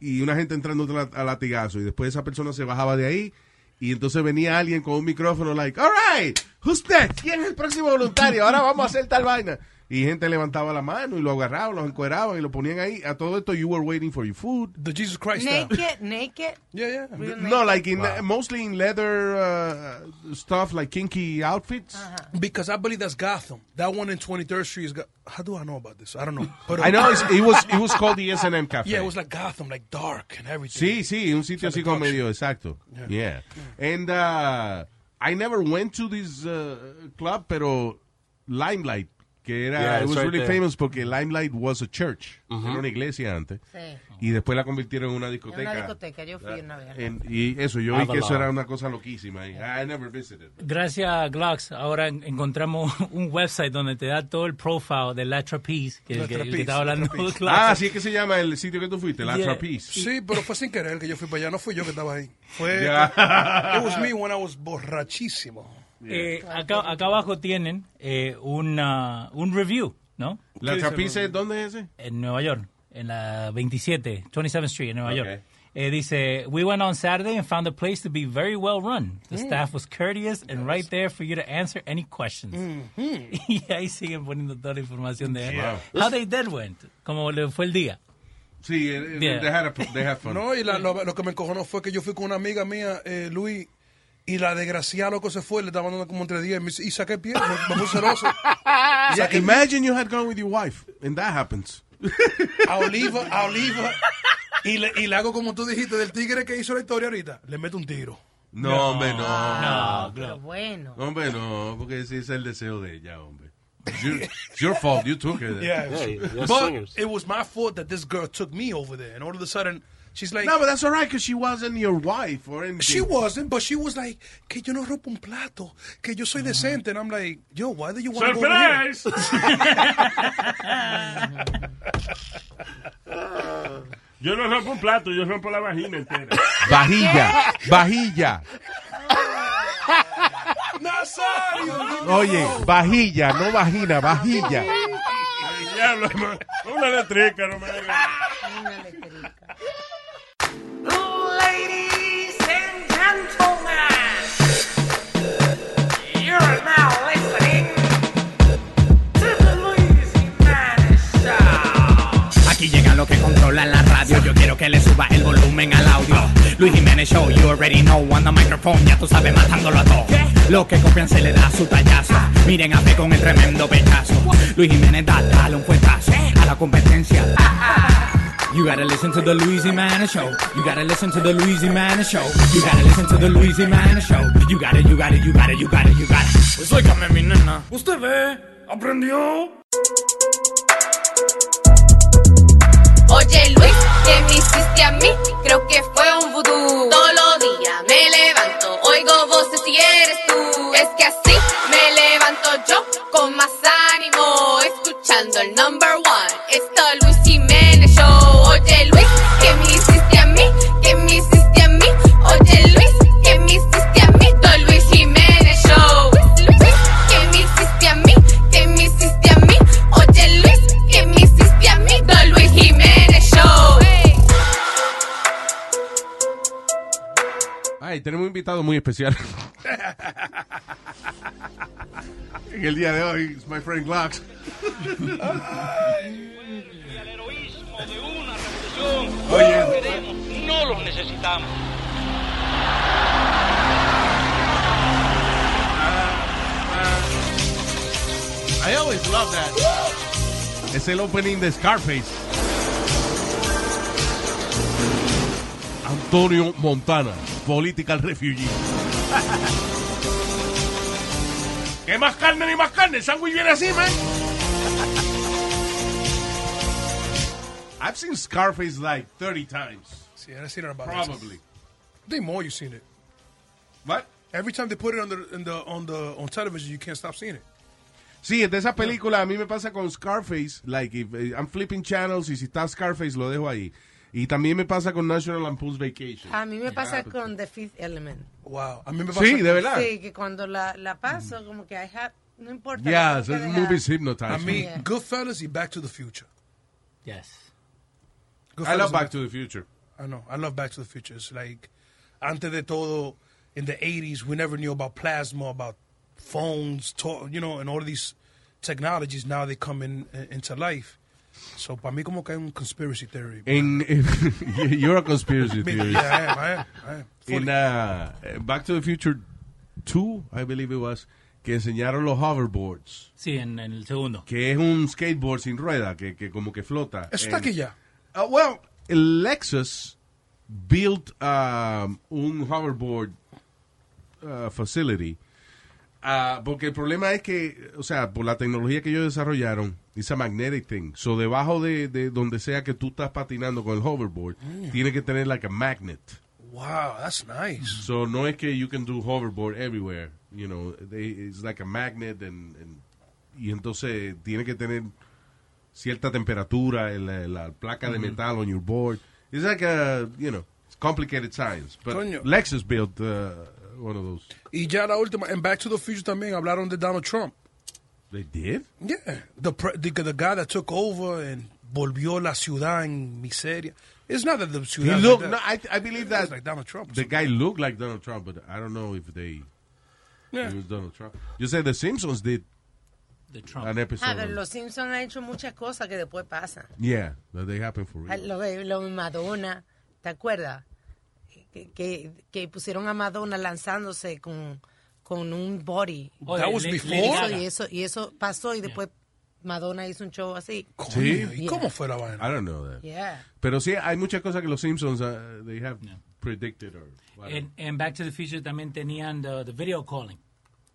Speaker 7: y una gente entrando a, la- a latigazo. Y después esa persona se bajaba de ahí y entonces venía alguien con un micrófono like, all right, who's next? ¿Quién es el próximo voluntario? Ahora vamos a hacer tal vaina. Y gente levantaba la mano y lo agarraban, los encueraban y lo ponían ahí. A todo esto, you were waiting for your food.
Speaker 3: The Jesus Christ
Speaker 8: Naked, naked.
Speaker 3: Yeah, yeah.
Speaker 7: No, like in mostly in leather uh, stuff, like kinky outfits.
Speaker 3: Because I believe that's Gotham. That one in 23rd Street is. Go- How do I know about this? I don't know. But, uh,
Speaker 7: I know it's, it was it was called the S&M Cafe.
Speaker 3: Yeah, it was like Gotham, like dark and everything.
Speaker 7: Sí, sí, un sitio así como medio exacto. Yeah. And uh, I never went to this uh, club, pero Limelight, que era
Speaker 10: Yeah,
Speaker 7: it
Speaker 10: it's
Speaker 7: was
Speaker 10: right
Speaker 7: really
Speaker 10: there.
Speaker 7: famous porque Limelight was a church,
Speaker 10: Ujú.
Speaker 7: era una iglesia antes,
Speaker 8: Sí.
Speaker 7: y después la convirtieron en
Speaker 8: En
Speaker 7: una
Speaker 8: una
Speaker 7: discoteca.
Speaker 8: discoteca, yo fui una vez.
Speaker 7: En- y eso, yo vi que
Speaker 2: Avalon.
Speaker 7: eso era una cosa loquísima. y ah, I never visited.
Speaker 2: Gracias a Glax, ahora en- encontramos un website donde te da todo el profile de La Trapeze, que, que, que estaba hablando Glax.
Speaker 7: Ah, sí es que se llama el sitio que tú fuiste, la
Speaker 2: Yeah.
Speaker 7: Trapeze.
Speaker 3: Sí, pero fue sin querer que yo fui para allá. No fui yo que estaba ahí. Fue.
Speaker 7: Yeah.
Speaker 3: It was me when I was borrachísimo.
Speaker 2: Eh, acá, acá abajo tienen eh, una, un review, ¿no?
Speaker 7: ¿La ¿Qué dice Trapice, el review? dónde es ese?
Speaker 2: En Nueva York, en la 27, 27th Street, en Nueva
Speaker 7: Ok.
Speaker 2: York. Eh, dice, we went on Saturday and found the place to be very well run. The
Speaker 14: Mm.
Speaker 2: staff was courteous and right there for you to answer any questions. Y ahí siguen poniendo toda la información de
Speaker 7: Yeah.
Speaker 2: how they did went, como le fue el día.
Speaker 7: Sí, eh,
Speaker 2: Yeah.
Speaker 7: they had a- they had fun.
Speaker 3: No, y la- lo, lo que me encojonó fue que yo fui con una amiga mía, eh, Luis, y la desgraciada loco se fue, le estaba dando como entre 10 y me dice, y saqué pie, me, me puse celoso.
Speaker 7: Yeah,
Speaker 3: Saqué
Speaker 7: imagine you had gone with your wife, and that happens.
Speaker 3: a Oliva, a Oliva, y le, y le hago como tú dijiste del tigre que hizo la historia ahorita, le meto un tiro.
Speaker 7: No,
Speaker 3: No,
Speaker 7: hombre, no.
Speaker 3: no,
Speaker 8: pero bueno.
Speaker 7: Hombre, no, porque ese es el deseo de ella, hombre. It's your, it's your fault, you took it.
Speaker 3: Yeah, but it was my fault that this girl took me over there, and all of a sudden she's like,
Speaker 7: no, but that's all right, because she wasn't your wife or anything.
Speaker 3: She wasn't, but she was like, que yo no rompo un plato, que yo soy decente. And I'm like, yo, why do you want to go over
Speaker 9: Surprise! Yo no rompo un plato, yo rompo la vagina entera.
Speaker 7: Vajilla, vajilla.
Speaker 3: here? Nazario.
Speaker 7: Oye, vajilla, no vagina, vajilla.
Speaker 9: Ay, diablo, hermano. Una eléctrica, no me hagas.
Speaker 5: Ladies and gentlemen, you're now listening to the Luis
Speaker 12: Aquí llegan los que controlan la radio. Yo quiero que le suba el volumen al audio. Luis Jiménez Show, you already know. On the microphone, ya tú sabes, matándolo a todos. Los que copian se le da su tallazo. Miren a P con el tremendo pechazo. Luis Jiménez da, dale un fuetazo a la competencia. You gotta listen to the Luis Jiménez Show. You gotta listen to the Luis Jiménez Show. You gotta listen to the Luis Jiménez Show. You gotta, you gotta, you gotta, you gotta, you gotta. Pues óigame, mi nena.
Speaker 5: Usted ve, aprendió.
Speaker 15: Oye Luis, ¿qué me hiciste a mí? Creo que fue un vudú. Todos los días me levanto, oigo voces y eres tú. Es que así me levanto yo con más ánimo, escuchando el number one. Esto es Luis Jiménez Show. Oye Luis, ¿qué me hiciste a mí? ¿Qué me hiciste a mí? Oye Luis, ¿qué me hiciste a mí? Esto es Luis Jiménez Show. Luis, Luis, ¿qué me hiciste a mí? ¿Qué me hiciste a mí? Oye Luis, ¿qué me hiciste a mí? Don Luis Jiménez Show.
Speaker 7: Ay, tenemos un invitado muy especial. en el día de hoy, es my friend Glax.
Speaker 5: No los necesitamos.
Speaker 7: I always love that. Es el opening de Scarface. Antonio Montana, political refugee.
Speaker 9: ¿Qué más carne ni más carne? El sándwich viene así, man.
Speaker 7: I've seen Scarface like 30 times.
Speaker 3: Sí, I've seen it about
Speaker 7: Probably.
Speaker 3: The more you've seen it.
Speaker 7: What?
Speaker 3: Every time they put it on the in the on the on television, you can't stop seeing it.
Speaker 7: Sí, es de
Speaker 3: Ah.
Speaker 7: esa película a mí me pasa con Scarface, like if, eh, I'm flipping channels y si está Scarface lo dejo ahí. Y también me pasa con National Lampoon's Vacation.
Speaker 8: A mí me pasa
Speaker 7: Ah,
Speaker 8: con The Fifth Element.
Speaker 3: Wow, a mí pues, me
Speaker 7: Sí, pasa- de verdad.
Speaker 8: Sí, que cuando la, la paso, como que I have- no importa.
Speaker 7: Yeah,
Speaker 8: la tengo
Speaker 7: that
Speaker 8: que dejar.
Speaker 7: movie's hypnotizing.
Speaker 3: I mean,
Speaker 8: Yeah.
Speaker 3: Goodfellas y Back to the Future.
Speaker 2: Yes.
Speaker 7: I love Back to the Future.
Speaker 3: I know. I love Back to the Future. It's like, antes de todo, in the 80s, we never knew about plasma, about phones, to- you know, and all of these technologies. Now they come in into life. So, para mí, como que hay un conspiracy theory.
Speaker 7: En, eh, you're a conspiracy
Speaker 3: Me-
Speaker 7: theorist.
Speaker 3: yeah, I am, I am, I am.
Speaker 7: En uh, Back to the Future 2, I believe it was, que enseñaron los hoverboards.
Speaker 2: Sí, en, en el segundo.
Speaker 7: Que es un skateboard sin rueda, que, que como que flota.
Speaker 3: Eso está
Speaker 7: En-
Speaker 3: aquí ya.
Speaker 7: Uh, well, el Lexus built um, un hoverboard uh, facility ah, porque el problema es que, o sea, por la tecnología que ellos desarrollaron, esa magnetic thing, so debajo de, de donde sea que tú estás patinando con el hoverboard,
Speaker 3: Mm.
Speaker 7: tiene que tener like a magnet.
Speaker 3: Wow, that's nice.
Speaker 7: So no es que you can do hoverboard everywhere, you know, they- it's like a magnet and- and- y entonces tiene que tener cierta temperatura, el- la, la placa de
Speaker 3: Ujú.
Speaker 7: metal on your board. It's like a, you know, it's complicated science. But
Speaker 3: Coño.
Speaker 7: Lexus built uh, one of those.
Speaker 3: Y ya la última, en Back to the Future también hablaron de Donald Trump.
Speaker 7: They did?
Speaker 3: Yeah, the, pre- the, the guy that took over and volvió la ciudad en miseria. It's not that the
Speaker 7: He
Speaker 3: ciudad.
Speaker 7: looked-
Speaker 3: like
Speaker 7: no,
Speaker 3: that.
Speaker 7: I, I believe
Speaker 3: It's
Speaker 7: that
Speaker 3: like Donald Trump.
Speaker 7: The guy looked like Donald Trump, but I don't know if they.
Speaker 3: Yeah.
Speaker 7: It was Donald Trump. You said the Simpsons did.
Speaker 2: The Trump.
Speaker 7: An episode.
Speaker 8: A ver,
Speaker 7: of-
Speaker 8: los Simpsons han hecho muchas cosas que después pasan. Ah,
Speaker 7: yeah, that they happened for real.
Speaker 8: Lo de lo de Madonna, ¿te acuerdas? Que, que, que pusieron a Madonna lanzándose con, con un body.
Speaker 3: Oh, That was Lady
Speaker 8: Y
Speaker 3: before?
Speaker 8: eso,
Speaker 3: Gaga.
Speaker 8: y, eso, y eso pasó y después Madonna hizo un show así.
Speaker 7: Sí.
Speaker 8: Yeah.
Speaker 3: fue la vaina?
Speaker 7: I don't know that.
Speaker 8: Yeah.
Speaker 7: Pero sí, hay muchas cosas que los Simpsons uh, they have predicted or. whatever.
Speaker 2: En, en Back to the Future también tenían the, the video calling.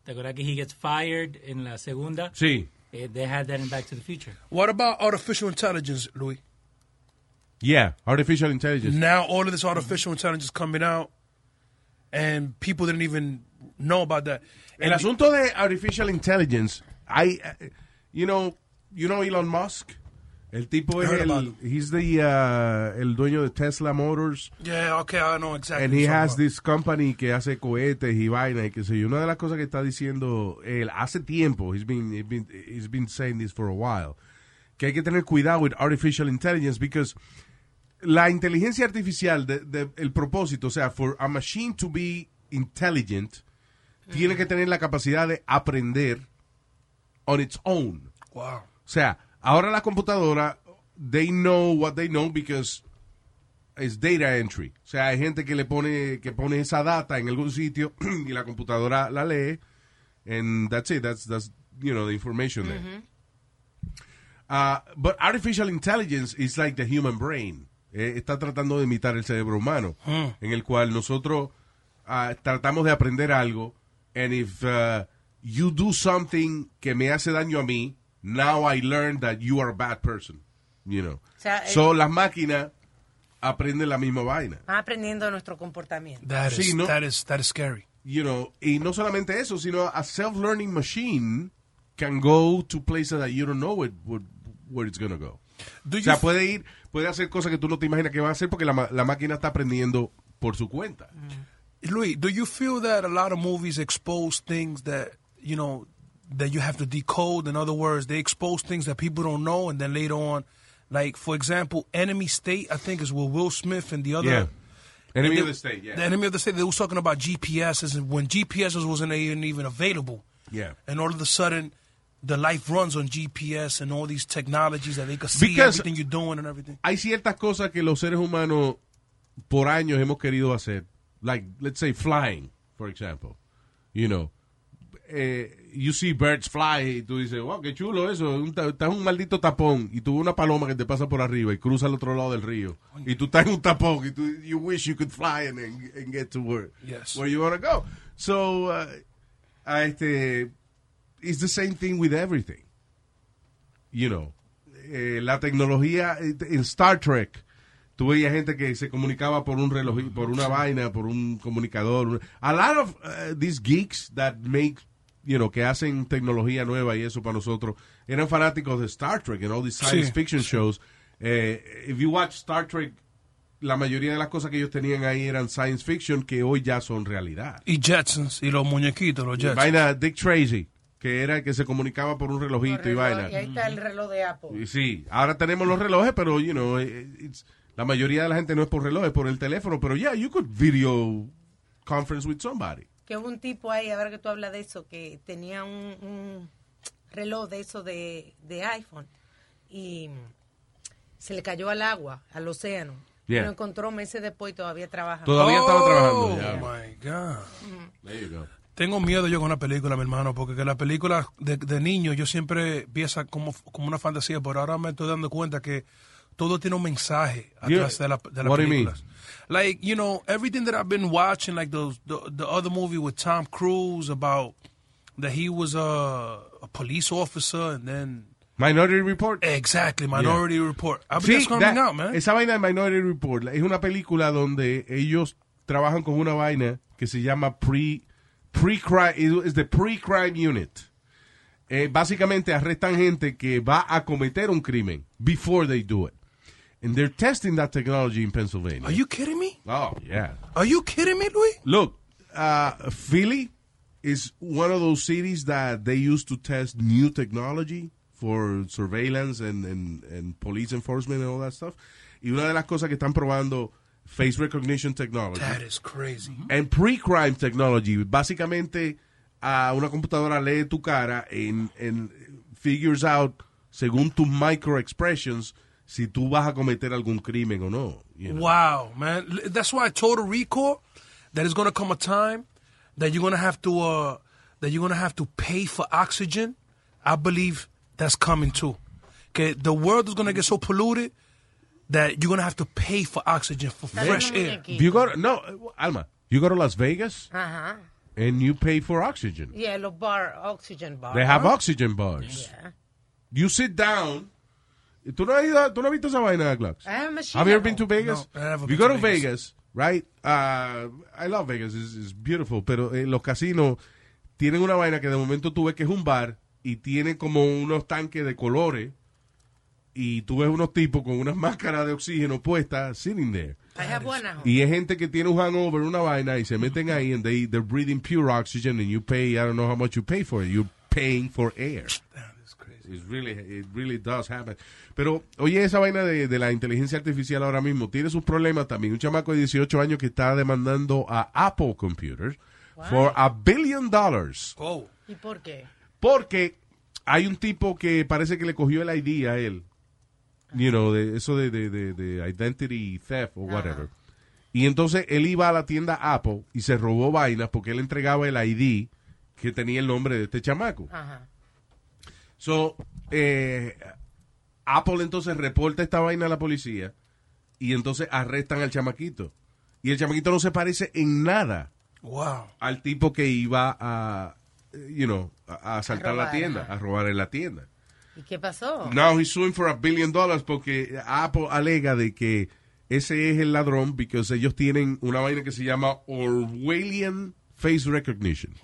Speaker 2: ¿Te acuerdas que he gets fired en la segunda?
Speaker 7: Sí.
Speaker 2: Eh, they had that in Back to the Future.
Speaker 3: What about artificial intelligence, Louis?
Speaker 7: Yeah, artificial intelligence.
Speaker 3: Now all of this artificial intelligence coming out, and people didn't even know about that.
Speaker 7: El
Speaker 3: And-
Speaker 7: asunto de artificial intelligence, I, uh, you know, you know Elon Musk. El tipo es
Speaker 3: Heard about
Speaker 7: el, he's the, uh, el dueño de Tesla Motors.
Speaker 3: Yeah, okay, I know exactly.
Speaker 7: And
Speaker 3: what
Speaker 7: he
Speaker 3: you're
Speaker 7: has
Speaker 3: talking
Speaker 7: this company que hace cohetes y vaina y qué sé yo. Una de las cosas que está diciendo él hace tiempo, he's been, he's been, he's been saying this for a while, que hay que tener cuidado with artificial intelligence because la inteligencia artificial, de- de- el propósito, o sea, for a machine to be intelligent, tiene que tener la capacidad de aprender on its own.
Speaker 3: about. Wow.
Speaker 7: O sea, ahora la computadora, they know what they know because it's data entry. O sea, hay gente que le pone, que pone esa data en algún sitio y la computadora la lee. And that's it. That's, that's you know, the information there. Uh, but artificial intelligence is like the human brain. Eh, está tratando de imitar el cerebro humano,
Speaker 8: Hmm.
Speaker 7: en el cual nosotros ah, tratamos de aprender algo. And if uh, you do something que me hace daño a mí, now I learn that you are a bad person. You know.
Speaker 8: O sea, eh,
Speaker 7: so las máquinas aprenden la misma vaina.
Speaker 8: Van aprendiendo nuestro comportamiento.
Speaker 3: That is,
Speaker 7: Sí, ¿no?
Speaker 3: that is that is scary.
Speaker 7: You know, y no solamente eso, sino a self-learning machine can go to places that you don't know it, would- where it's going to go.
Speaker 3: Do
Speaker 7: o sea,
Speaker 3: you-
Speaker 7: puede ir, puede hacer cosas que tú no te imaginas que va a hacer porque la, ma- la máquina está aprendiendo por su cuenta.
Speaker 3: Mm. Louis, do you feel that a lot of movies expose things that you know that you have to decode? In other words, they expose things that people don't know, and then later on, like for example, Enemy State, I think is with Will Smith and the other.
Speaker 7: Yeah.
Speaker 3: and
Speaker 7: Enemy of
Speaker 3: they-
Speaker 7: the State, yeah.
Speaker 3: The enemy of the state. They was talking about GPSs and when GPSs wasn't even even available,
Speaker 7: Yeah.
Speaker 3: and all of a sudden, the life runs on GPS and all these technologies that they could see
Speaker 7: Because-
Speaker 3: everything you're doing and everything.
Speaker 7: Hay ciertas cosas que los seres humanos por años hemos querido hacer, like let's say flying, for example. You know, eh, you see birds fly y tú dices, wow, qué chulo eso, un ta- estás en un maldito tapón y tú ves una paloma que te pasa por arriba y cruza al otro lado del río y tú estás en un tapón y tú you wish you could fly and, and, and get to where
Speaker 3: Yes.
Speaker 7: where you want to go. So uh, a este it's the same thing with everything. You know, eh, la tecnología eh, en Star Trek Tú veías gente que se comunicaba por un reloj, por una vaina, por un comunicador. A lot of uh, these geeks that make, you know, que hacen tecnología nueva y eso para nosotros, eran fanáticos de Star Trek and all these science
Speaker 3: Sí.
Speaker 7: fiction shows. Eh, if you watch Star Trek, la mayoría de las cosas que ellos tenían ahí eran science fiction que hoy ya son realidad.
Speaker 3: Y Jetsons y los muñequitos, los Jetsons.
Speaker 7: Vaina Dick Tracy, que era el que se comunicaba por un relojito y vaina.
Speaker 8: Y ahí está el reloj de Apple.
Speaker 7: Y Sí, ahora tenemos los relojes, pero, you know, eh, it's- la mayoría de la gente no es por relojes, es por el teléfono. Pero, yeah, you could video conference with somebody.
Speaker 8: Que hubo un tipo ahí, ahora que tú hablas de eso, que tenía un, un reloj de eso de, de iPhone y se le cayó al agua, al océano. Y
Speaker 7: Yeah.
Speaker 8: Lo encontró meses después y todavía trabaja. Mm.
Speaker 7: Todavía estaba trabajando,
Speaker 3: Oh,
Speaker 7: ya.
Speaker 3: my God.
Speaker 7: There you go.
Speaker 3: Tengo miedo yo con la película, mi hermano, porque que la película de, de niño yo siempre piensa como, como una fantasía, pero ahora me estoy dando cuenta que todo tiene un mensaje atrás de la, de la
Speaker 7: What do you
Speaker 3: película. Like, you know, everything that I've been watching, like those, the, the other movie with Tom Cruise about that he was a, a police officer and then
Speaker 7: Minority Report.
Speaker 3: Exactly, Minority Report. I
Speaker 7: Sí,
Speaker 3: believe it's Eh, ah, coming
Speaker 7: that-
Speaker 3: out, man.
Speaker 7: Esa vaina de Minority Report es una película donde ellos trabajan con una vaina que se llama pre pre-crime es the pre-crime unit. Eh, básicamente arrestan gente que va a cometer un crimen before they do it. And they're testing that technology in Pennsylvania.
Speaker 3: Are you kidding me?
Speaker 7: Oh, yeah.
Speaker 3: Are you kidding me, Luis?
Speaker 7: Look, uh, Philly is one of those cities that they use to test new technology for surveillance and, and, and police enforcement and all that stuff. Y una de las cosas que están probando face recognition technology
Speaker 3: That is crazy.
Speaker 7: and pre-crime technology. Básicamente, a una computadora lee tu cara and, and figures out, según tus microexpressions, si tú vas a cometer algún crimen o no. you know.
Speaker 3: Wow, man. L- That's why I told a recall that it's gonna come a time that you're gonna have to uh that you're gonna have to pay for oxygen. I believe that's coming too. Okay, the world is gonna get so polluted that you're gonna have to pay for oxygen for fresh air.
Speaker 7: You go to- no, Alma, you go to Las Vegas
Speaker 8: Ajá.
Speaker 7: and you pay for oxygen.
Speaker 8: Yeah, los bar, oxygen bar.
Speaker 7: They have oxygen bars.
Speaker 8: Ah. Yeah.
Speaker 7: You sit down. ¿Tú no has, ido, ¿tú no has visto esa vaina, Glax?
Speaker 8: I haven't been-
Speaker 7: Have you ever been to Vegas?
Speaker 8: No, I haven't
Speaker 7: you
Speaker 8: been
Speaker 7: go
Speaker 8: to
Speaker 7: to Vegas, right? Uh, I love Vegas. It's, it's beautiful. Pero eh, los casinos tienen una vaina que de momento tú ves que es un bar y tiene como unos tanques de colores y tú ves unos tipos con unas máscaras de oxígeno puestas sitting there.
Speaker 8: I have one at home.
Speaker 7: Y es gente que tiene un hangover, una vaina, y se meten ahí and they, they're breathing pure oxygen and you pay, I don't know how much you pay for it, you're paying for air. It's really, it really does happen. Pero, oye, esa vaina de, de la inteligencia artificial ahora mismo tiene sus problemas también. Un chamaco de 18 años que está demandando a Apple Computers for a billion dollars.
Speaker 3: Oh.
Speaker 8: ¿Y por qué?
Speaker 7: Porque hay un tipo que parece que le cogió el ID a él. You know, de, eso de, de, de- de identity theft o whatever. Y entonces él iba a la tienda Apple y se robó vainas porque él entregaba el ID que tenía el nombre de este chamaco.
Speaker 8: Ajá.
Speaker 7: So, eh, Apple entonces reporta esta vaina a la policía y entonces arrestan al chamaquito. Y el chamaquito no se parece en nada
Speaker 3: Wow.
Speaker 7: al tipo que iba a, eh, you know, a, a
Speaker 8: A
Speaker 7: asaltar
Speaker 8: robar,
Speaker 7: la tienda,
Speaker 8: ajá.
Speaker 7: a robar en la tienda.
Speaker 8: ¿Y qué pasó?
Speaker 7: Now he's suing for a billion dollars porque Apple alega de que ese es el ladrón porque ellos tienen una vaina que se llama Orwellian Face Recognition.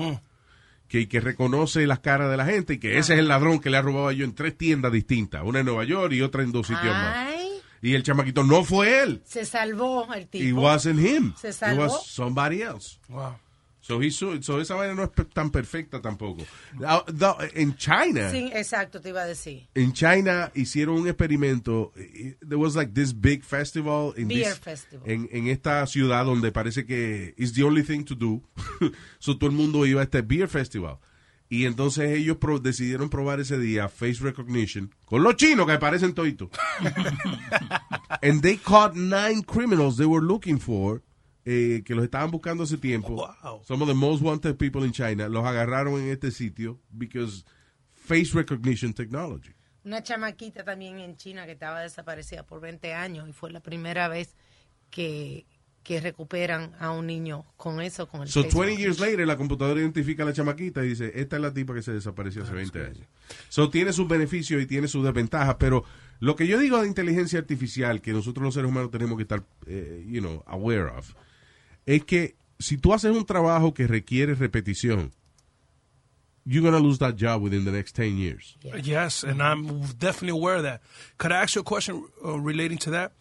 Speaker 7: Que, que reconoce las caras de la gente y que ese es el ladrón que le ha robado a yo en tres tiendas distintas, una en Nueva York y otra en dos sitios más.
Speaker 8: Ay,
Speaker 7: Y el chamaquito no fue él.
Speaker 8: se salvó el tipo.
Speaker 7: It wasn't him.
Speaker 8: Se
Speaker 7: It
Speaker 8: salvó.
Speaker 7: was somebody else.
Speaker 3: Wow.
Speaker 7: So he sued. So esa vaina no es pe- tan perfecta tampoco. Now, now, En China.
Speaker 8: Sí, exacto, te iba a decir.
Speaker 7: En China hicieron un experimento. eh, There was like this big festival. In
Speaker 8: Beer
Speaker 7: this-
Speaker 8: festival.
Speaker 7: En, en esta ciudad donde parece que it's the only thing to do. so todo el mundo iba a este beer festival. Y entonces ellos pro- decidieron probar ese día face recognition con los chinos que parecen toitos. And they caught nine criminals they were looking for, eh, que los estaban buscando hace tiempo.
Speaker 8: Oh,
Speaker 7: Some of the most wanted people in China los agarraron en este sitio because face recognition technology.
Speaker 8: Una chamaquita también en China que estaba desaparecida por 20 años y fue la primera vez que, que recuperan a un niño con eso, con el
Speaker 7: So
Speaker 8: Facebook.
Speaker 7: 20 years later, la computadora identifica a la chamaquita y dice, esta es la tipa que se desapareció
Speaker 8: Ah,
Speaker 7: hace 20 años. So tiene sus beneficios y tiene sus desventajas, pero lo que yo digo de inteligencia artificial, que nosotros los seres humanos tenemos que estar, eh, you know, aware of, es que si tú haces un trabajo que requiere repetición, you're gonna lose that job within the next 10 years.
Speaker 3: Yes, and I'm definitely aware of that. Could I ask you a question uh, relating to that?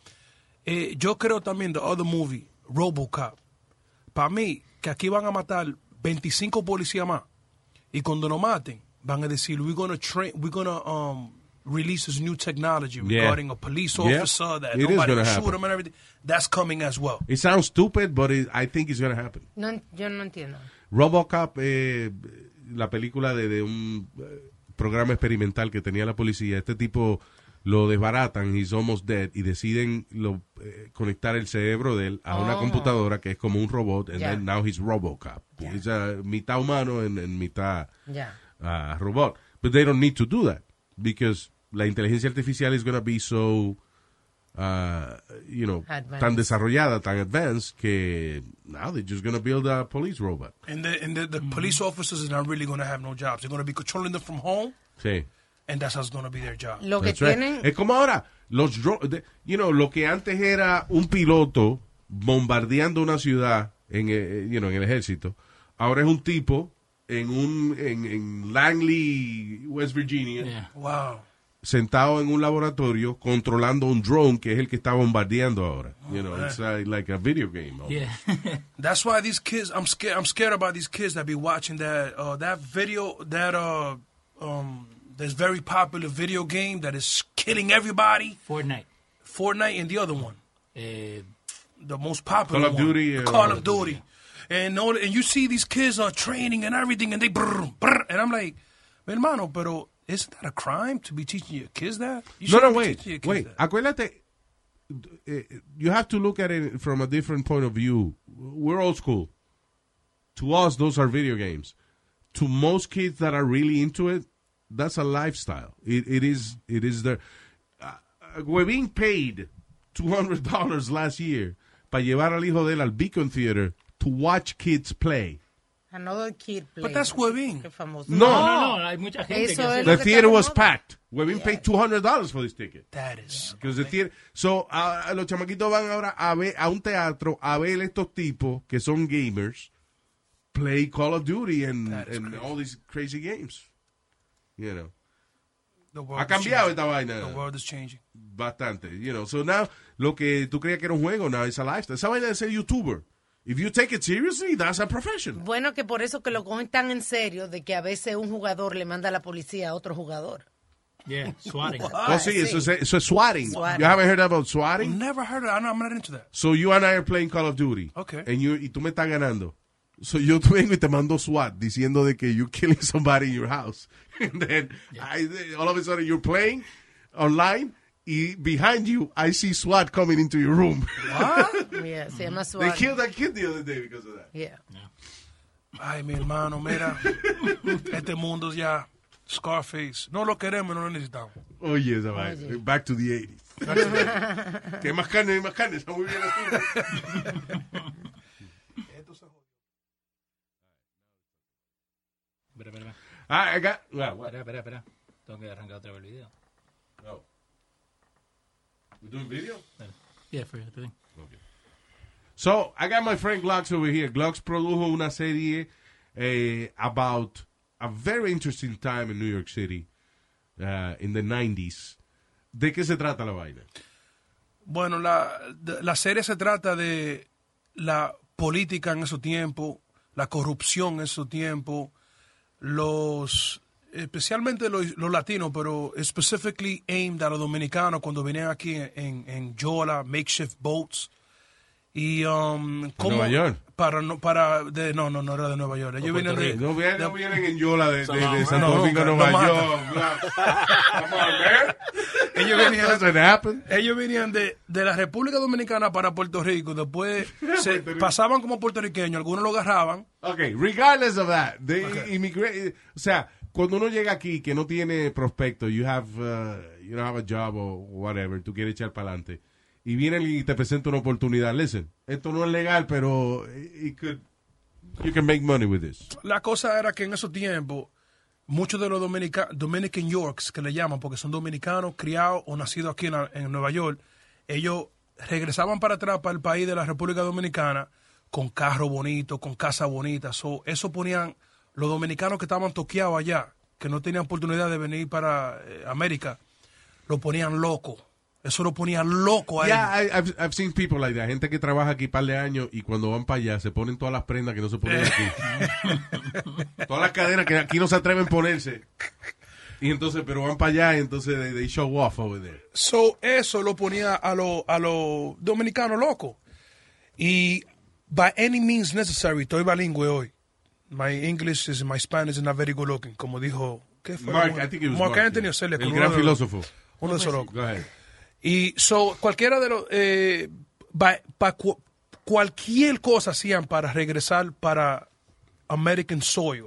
Speaker 3: Eh, yo creo también the other movie, Robocop. Para mí, que aquí van a matar 25 policías más. Y cuando nos maten, van a decir, we're gonna train, we're gonna um, release this new technology
Speaker 7: Yeah.
Speaker 3: regarding a police
Speaker 7: Yeah.
Speaker 3: officer that
Speaker 7: It is
Speaker 3: nobody
Speaker 7: gonna
Speaker 3: can
Speaker 7: happen.
Speaker 3: shoot him and everything. That's coming as well.
Speaker 7: It sounds stupid, but it- I think it's gonna happen.
Speaker 8: No en- yo no entiendo.
Speaker 7: Robocop, eh, la película de, de un eh, programa experimental que tenía la policía, este tipo lo desbaratan, he's almost dead, y deciden lo, eh, conectar el cerebro de él a una
Speaker 14: Oh.
Speaker 7: computadora que es como un robot, and
Speaker 14: Ya.
Speaker 7: then now he's Robocop. He's uh, mitad humano en, en mitad
Speaker 14: Ya.
Speaker 7: uh, robot. But they don't need to do that, because la inteligencia artificial is going to be so ah, you know,
Speaker 3: Advanced.
Speaker 7: tan desarrollada, tan advanced, que now they're just going to build a police robot.
Speaker 3: And the, and the, the police officers are not really going to have no jobs. They're going to be controlling them from home,
Speaker 7: Sí.
Speaker 3: and that's how's going to be their job.
Speaker 8: Lo
Speaker 7: That's right. Es como ahora, los dro- de- you know, lo que antes era un piloto bombardeando una ciudad en, eh, you know, en el ejército, ahora es un tipo en un en, en Langley, West Virginia,
Speaker 3: Wow.
Speaker 7: sentado en un laboratorio controlando un drone que es el que está bombardeando ahora. You know, it's uh, like a video game. almost.
Speaker 3: That's why these kids. I'm scared. I'm scared about these kids that be watching that uh, that video that uh um this very popular video game that is killing everybody.
Speaker 2: Fortnite.
Speaker 3: Fortnite and the other one.
Speaker 2: Eh,
Speaker 3: the most popular.
Speaker 7: Call of
Speaker 3: one.
Speaker 7: Duty, uh,
Speaker 3: Call of Duty. And all, and you see these kids are training and everything, and they brr, brr, and I'm like, mi hermano, pero isn't that a crime to be teaching your kids that? You
Speaker 7: No, no,
Speaker 3: shouldn't be
Speaker 7: wait,
Speaker 3: teaching your kids
Speaker 7: wait. Acuérdate, eh, you have to look at it from a different point of view. We're old school. To us, those are video games. To most kids that are really into it, that's a lifestyle. It, it is. It is the. Uh, we're being paid two hundred dollars last year para llevar al hijo del al Beacon Theater to watch kids play.
Speaker 8: Another kid play.
Speaker 3: But that's huevín.
Speaker 8: Qué famoso.
Speaker 7: No. No,
Speaker 2: no, hay mucha
Speaker 8: gente Eso que hace-
Speaker 7: The theater was packed. We've been paid two hundred dollars for this ticket.
Speaker 3: That is.
Speaker 7: Because the theater- so, a- a los chamaquitos van ahora a ver a un teatro a ver estos tipos que son gamers play Call of Duty and, and all these crazy games. You know.
Speaker 3: The world
Speaker 7: Ha
Speaker 3: is
Speaker 7: cambiado
Speaker 3: changing.
Speaker 7: esta vaina.
Speaker 3: The world is changing.
Speaker 7: Bastante. You know. So now, lo que tú creías que era un juego, now it's a lifestyle. Esa vaina de ser YouTuber. If you take it seriously, that's a profession.
Speaker 8: Bueno, que por eso que lo cogen tan en serio de que a veces un jugador le manda a la policía a otro jugador.
Speaker 2: Yeah, swatting.
Speaker 7: oh, sí, Eso, es, eso es swatting.
Speaker 8: Swatting.
Speaker 7: You haven't heard about swatting?
Speaker 3: Never heard of. I know I'm not into that.
Speaker 7: So you and I are playing Call of Duty.
Speaker 3: Okay.
Speaker 7: And you, y tú me estás ganando. So yo te vengo y te mando SWAT diciendo de que you're killing somebody in your house. And then I- all of a sudden you're playing online y behind you I see SWAT coming into your room.
Speaker 3: Ah.
Speaker 8: Yeah, se llama
Speaker 7: They
Speaker 8: suave.
Speaker 7: killed that kid the other day because of that.
Speaker 8: Yeah.
Speaker 3: Ay, mi hermano, mira, este mundo ya Scarface. No lo queremos, no lo necesitamos.
Speaker 7: Oye, esa vaina.
Speaker 3: Oye.
Speaker 7: Back to the 80s. que más carne, hay más carne. Está muy bien así.
Speaker 2: Espera, espera.
Speaker 7: Ah, acá.
Speaker 2: Espera, espera, espera. Tengo que arrancar otra vez el video.
Speaker 7: No. We doing video?
Speaker 2: Yeah, for the thing.
Speaker 7: So, I got my friend Glocks over here. Glocks produjo una serie eh, about a very interesting time in New York City uh, in the 90s. ¿De qué se trata la vaina?
Speaker 3: Bueno, la, de- la serie se trata de la política en su tiempo, la corrupción en su tiempo, los especialmente los, los latinos, pero specifically aimed a los dominicanos cuando venían aquí en, en Yola, makeshift boats. Y um, cómo-
Speaker 7: Nueva York?
Speaker 3: Para, no, para de, no, no, no era de Nueva York. Ellos
Speaker 7: Puerto
Speaker 3: vienen de,
Speaker 7: Rico. No vienen- no
Speaker 3: de-
Speaker 7: vienen en Yola de- de- de Santo
Speaker 3: No,
Speaker 7: Domingo,
Speaker 3: nunca, no
Speaker 7: Nueva
Speaker 3: mata.
Speaker 7: York,
Speaker 3: Ellos venían, ellos venían de, de la República Dominicana para Puerto Rico. Después se pasaban como puertorriqueños. Algunos lo agarraban.
Speaker 7: Ok, regardless of that, they immigra- eh, o sea, cuando uno llega aquí que no tiene prospecto, you have, uh, you don't have a job o whatever, tú quieres echar para adelante, y viene alguien y te presenta una oportunidad, listen, esto no es legal, pero it could- you can make money with this.
Speaker 3: La cosa era que en esos tiempos, muchos de los dominicanos, Dominican Yorks, que le llaman, porque son dominicanos criados o nacidos aquí en, la- en Nueva York, ellos regresaban para atrás, para el país de la República Dominicana, con carro bonito, con casa bonita. So, eso ponían los dominicanos que estaban toqueados allá, que no tenían oportunidad de venir para eh, América, lo ponían loco. Eso lo ponían loco a
Speaker 7: Yeah,
Speaker 3: ellos.
Speaker 7: I- I've, I've seen people like that, gente que trabaja aquí par de años y cuando van para allá se ponen todas las prendas que no se ponen aquí. todas las cadenas que aquí no se atreven a ponerse. Y entonces, pero van para allá y entonces they, they show off over there.
Speaker 3: So, eso lo ponía a los a los dominicanos locos. Y by any means necessary, estoy bilingüe hoy. My English is my Spanish is not very good looking, como dijo ¿qué fue?
Speaker 7: Mark, I think it was
Speaker 3: Mark
Speaker 7: Mark,
Speaker 3: Anthony
Speaker 7: yeah.
Speaker 3: o Celia
Speaker 7: El
Speaker 3: Cruz,
Speaker 7: gran
Speaker 3: uno de los-
Speaker 7: filósofo.
Speaker 3: Uno de esos locos.
Speaker 7: Go ahead.
Speaker 3: Y so, cualquiera de los. eh, ba- pa- cu- cualquier cosa hacían para regresar para American soil,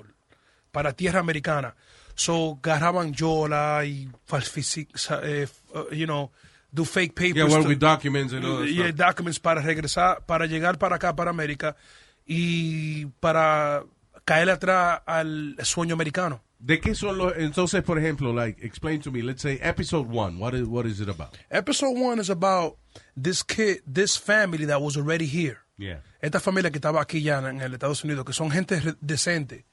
Speaker 3: para tierra americana. So, agarraban yola y falsific- sa- eh, f- eh, you know, do fake papers.
Speaker 7: Yeah, well,
Speaker 3: to-
Speaker 7: with documents and all that
Speaker 3: Yeah,
Speaker 7: stuff.
Speaker 3: documents para regresar, para llegar para acá, para América, y para caer atrás al sueño americano.
Speaker 7: ¿De qué son los? Entonces, por ejemplo, like, explain to me. Let's say episode one. What is what is it about?
Speaker 3: Episode one is about this kid, this family that was already here.
Speaker 7: Yeah.
Speaker 3: Esta familia que estaba aquí ya en el Estados Unidos, que son gente re- decente,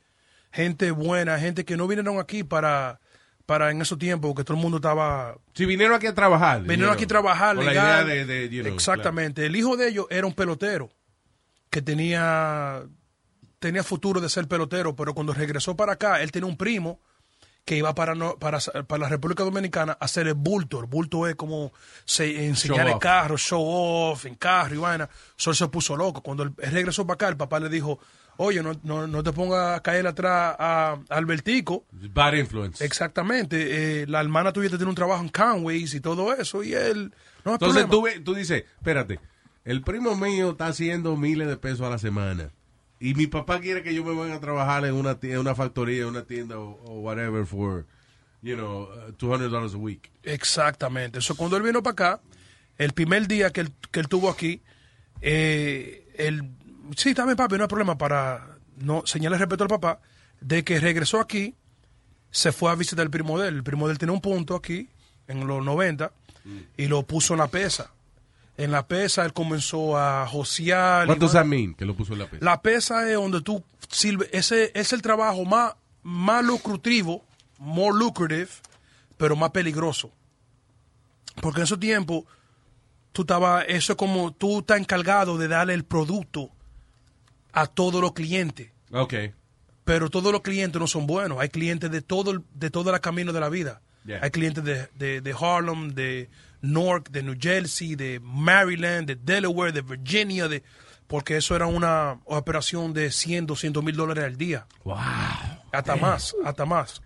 Speaker 3: gente buena, gente que no vinieron aquí para, para en esos tiempos que todo el mundo estaba...
Speaker 7: Si vinieron aquí a trabajar.
Speaker 3: Vinieron aquí a trabajar,
Speaker 7: Con
Speaker 3: legal.
Speaker 7: La idea de, de, you know,
Speaker 3: Exactamente. El hijo de ellos era un pelotero que tenía, tenía futuro de ser pelotero, pero cuando regresó para acá, él tenía un primo que iba para, no- para, para la República Dominicana a hacer el bulto. El bulto es como se, enseñar
Speaker 7: Show
Speaker 3: el
Speaker 7: off.
Speaker 3: carro, show off, en carro y vaina. Sol se puso loco. Cuando él él regresó para acá, el papá le dijo, oye, no, no, no te pongas a caer atrás a Albertico.
Speaker 7: claro. Bad influence.
Speaker 3: Exactamente. eh, la hermana tuya tiene un trabajo en Conway's y todo eso. Y él. No, hay
Speaker 7: Entonces
Speaker 3: problema.
Speaker 7: tú, ve- tú dices, espérate, el primo mío está haciendo miles de pesos a la semana. Y mi papá quiere que yo me vaya a trabajar en una, tie- en una factoría, en una tienda o, o whatever for, you know, uh, $200 a week.
Speaker 3: Exactamente. Eso cuando él vino para acá, el primer día que él, que él tuvo aquí, eh, él, sí, también papi, no hay problema para no señalar respeto al papá, de que regresó aquí, se fue a visitar al primo de él. El primo de él tenía un punto aquí, en los 90, y lo puso en la pesa. En la pesa él comenzó a josear. y
Speaker 7: ¿Cuántos
Speaker 3: más-
Speaker 7: a mean que lo puso en la pesa?
Speaker 3: la pesa es donde tú sirves. Ese es el trabajo más, más lucrativo, more lucrative, pero más peligroso. Porque en esos tiempos, tú estaba, eso es como tú estás encargado de darle el producto a todos los clientes.
Speaker 7: Ok.
Speaker 3: Pero todos los clientes no son buenos. Hay clientes de todo el, de todo el camino de la vida.
Speaker 7: Yeah.
Speaker 3: Hay clientes de, de, de Harlem, de Newark, de New Jersey, de Maryland, de Delaware, de Virginia, de porque eso era una operación de 100, 200 mil dólares al día.
Speaker 7: Wow.
Speaker 3: Hasta más, hasta más.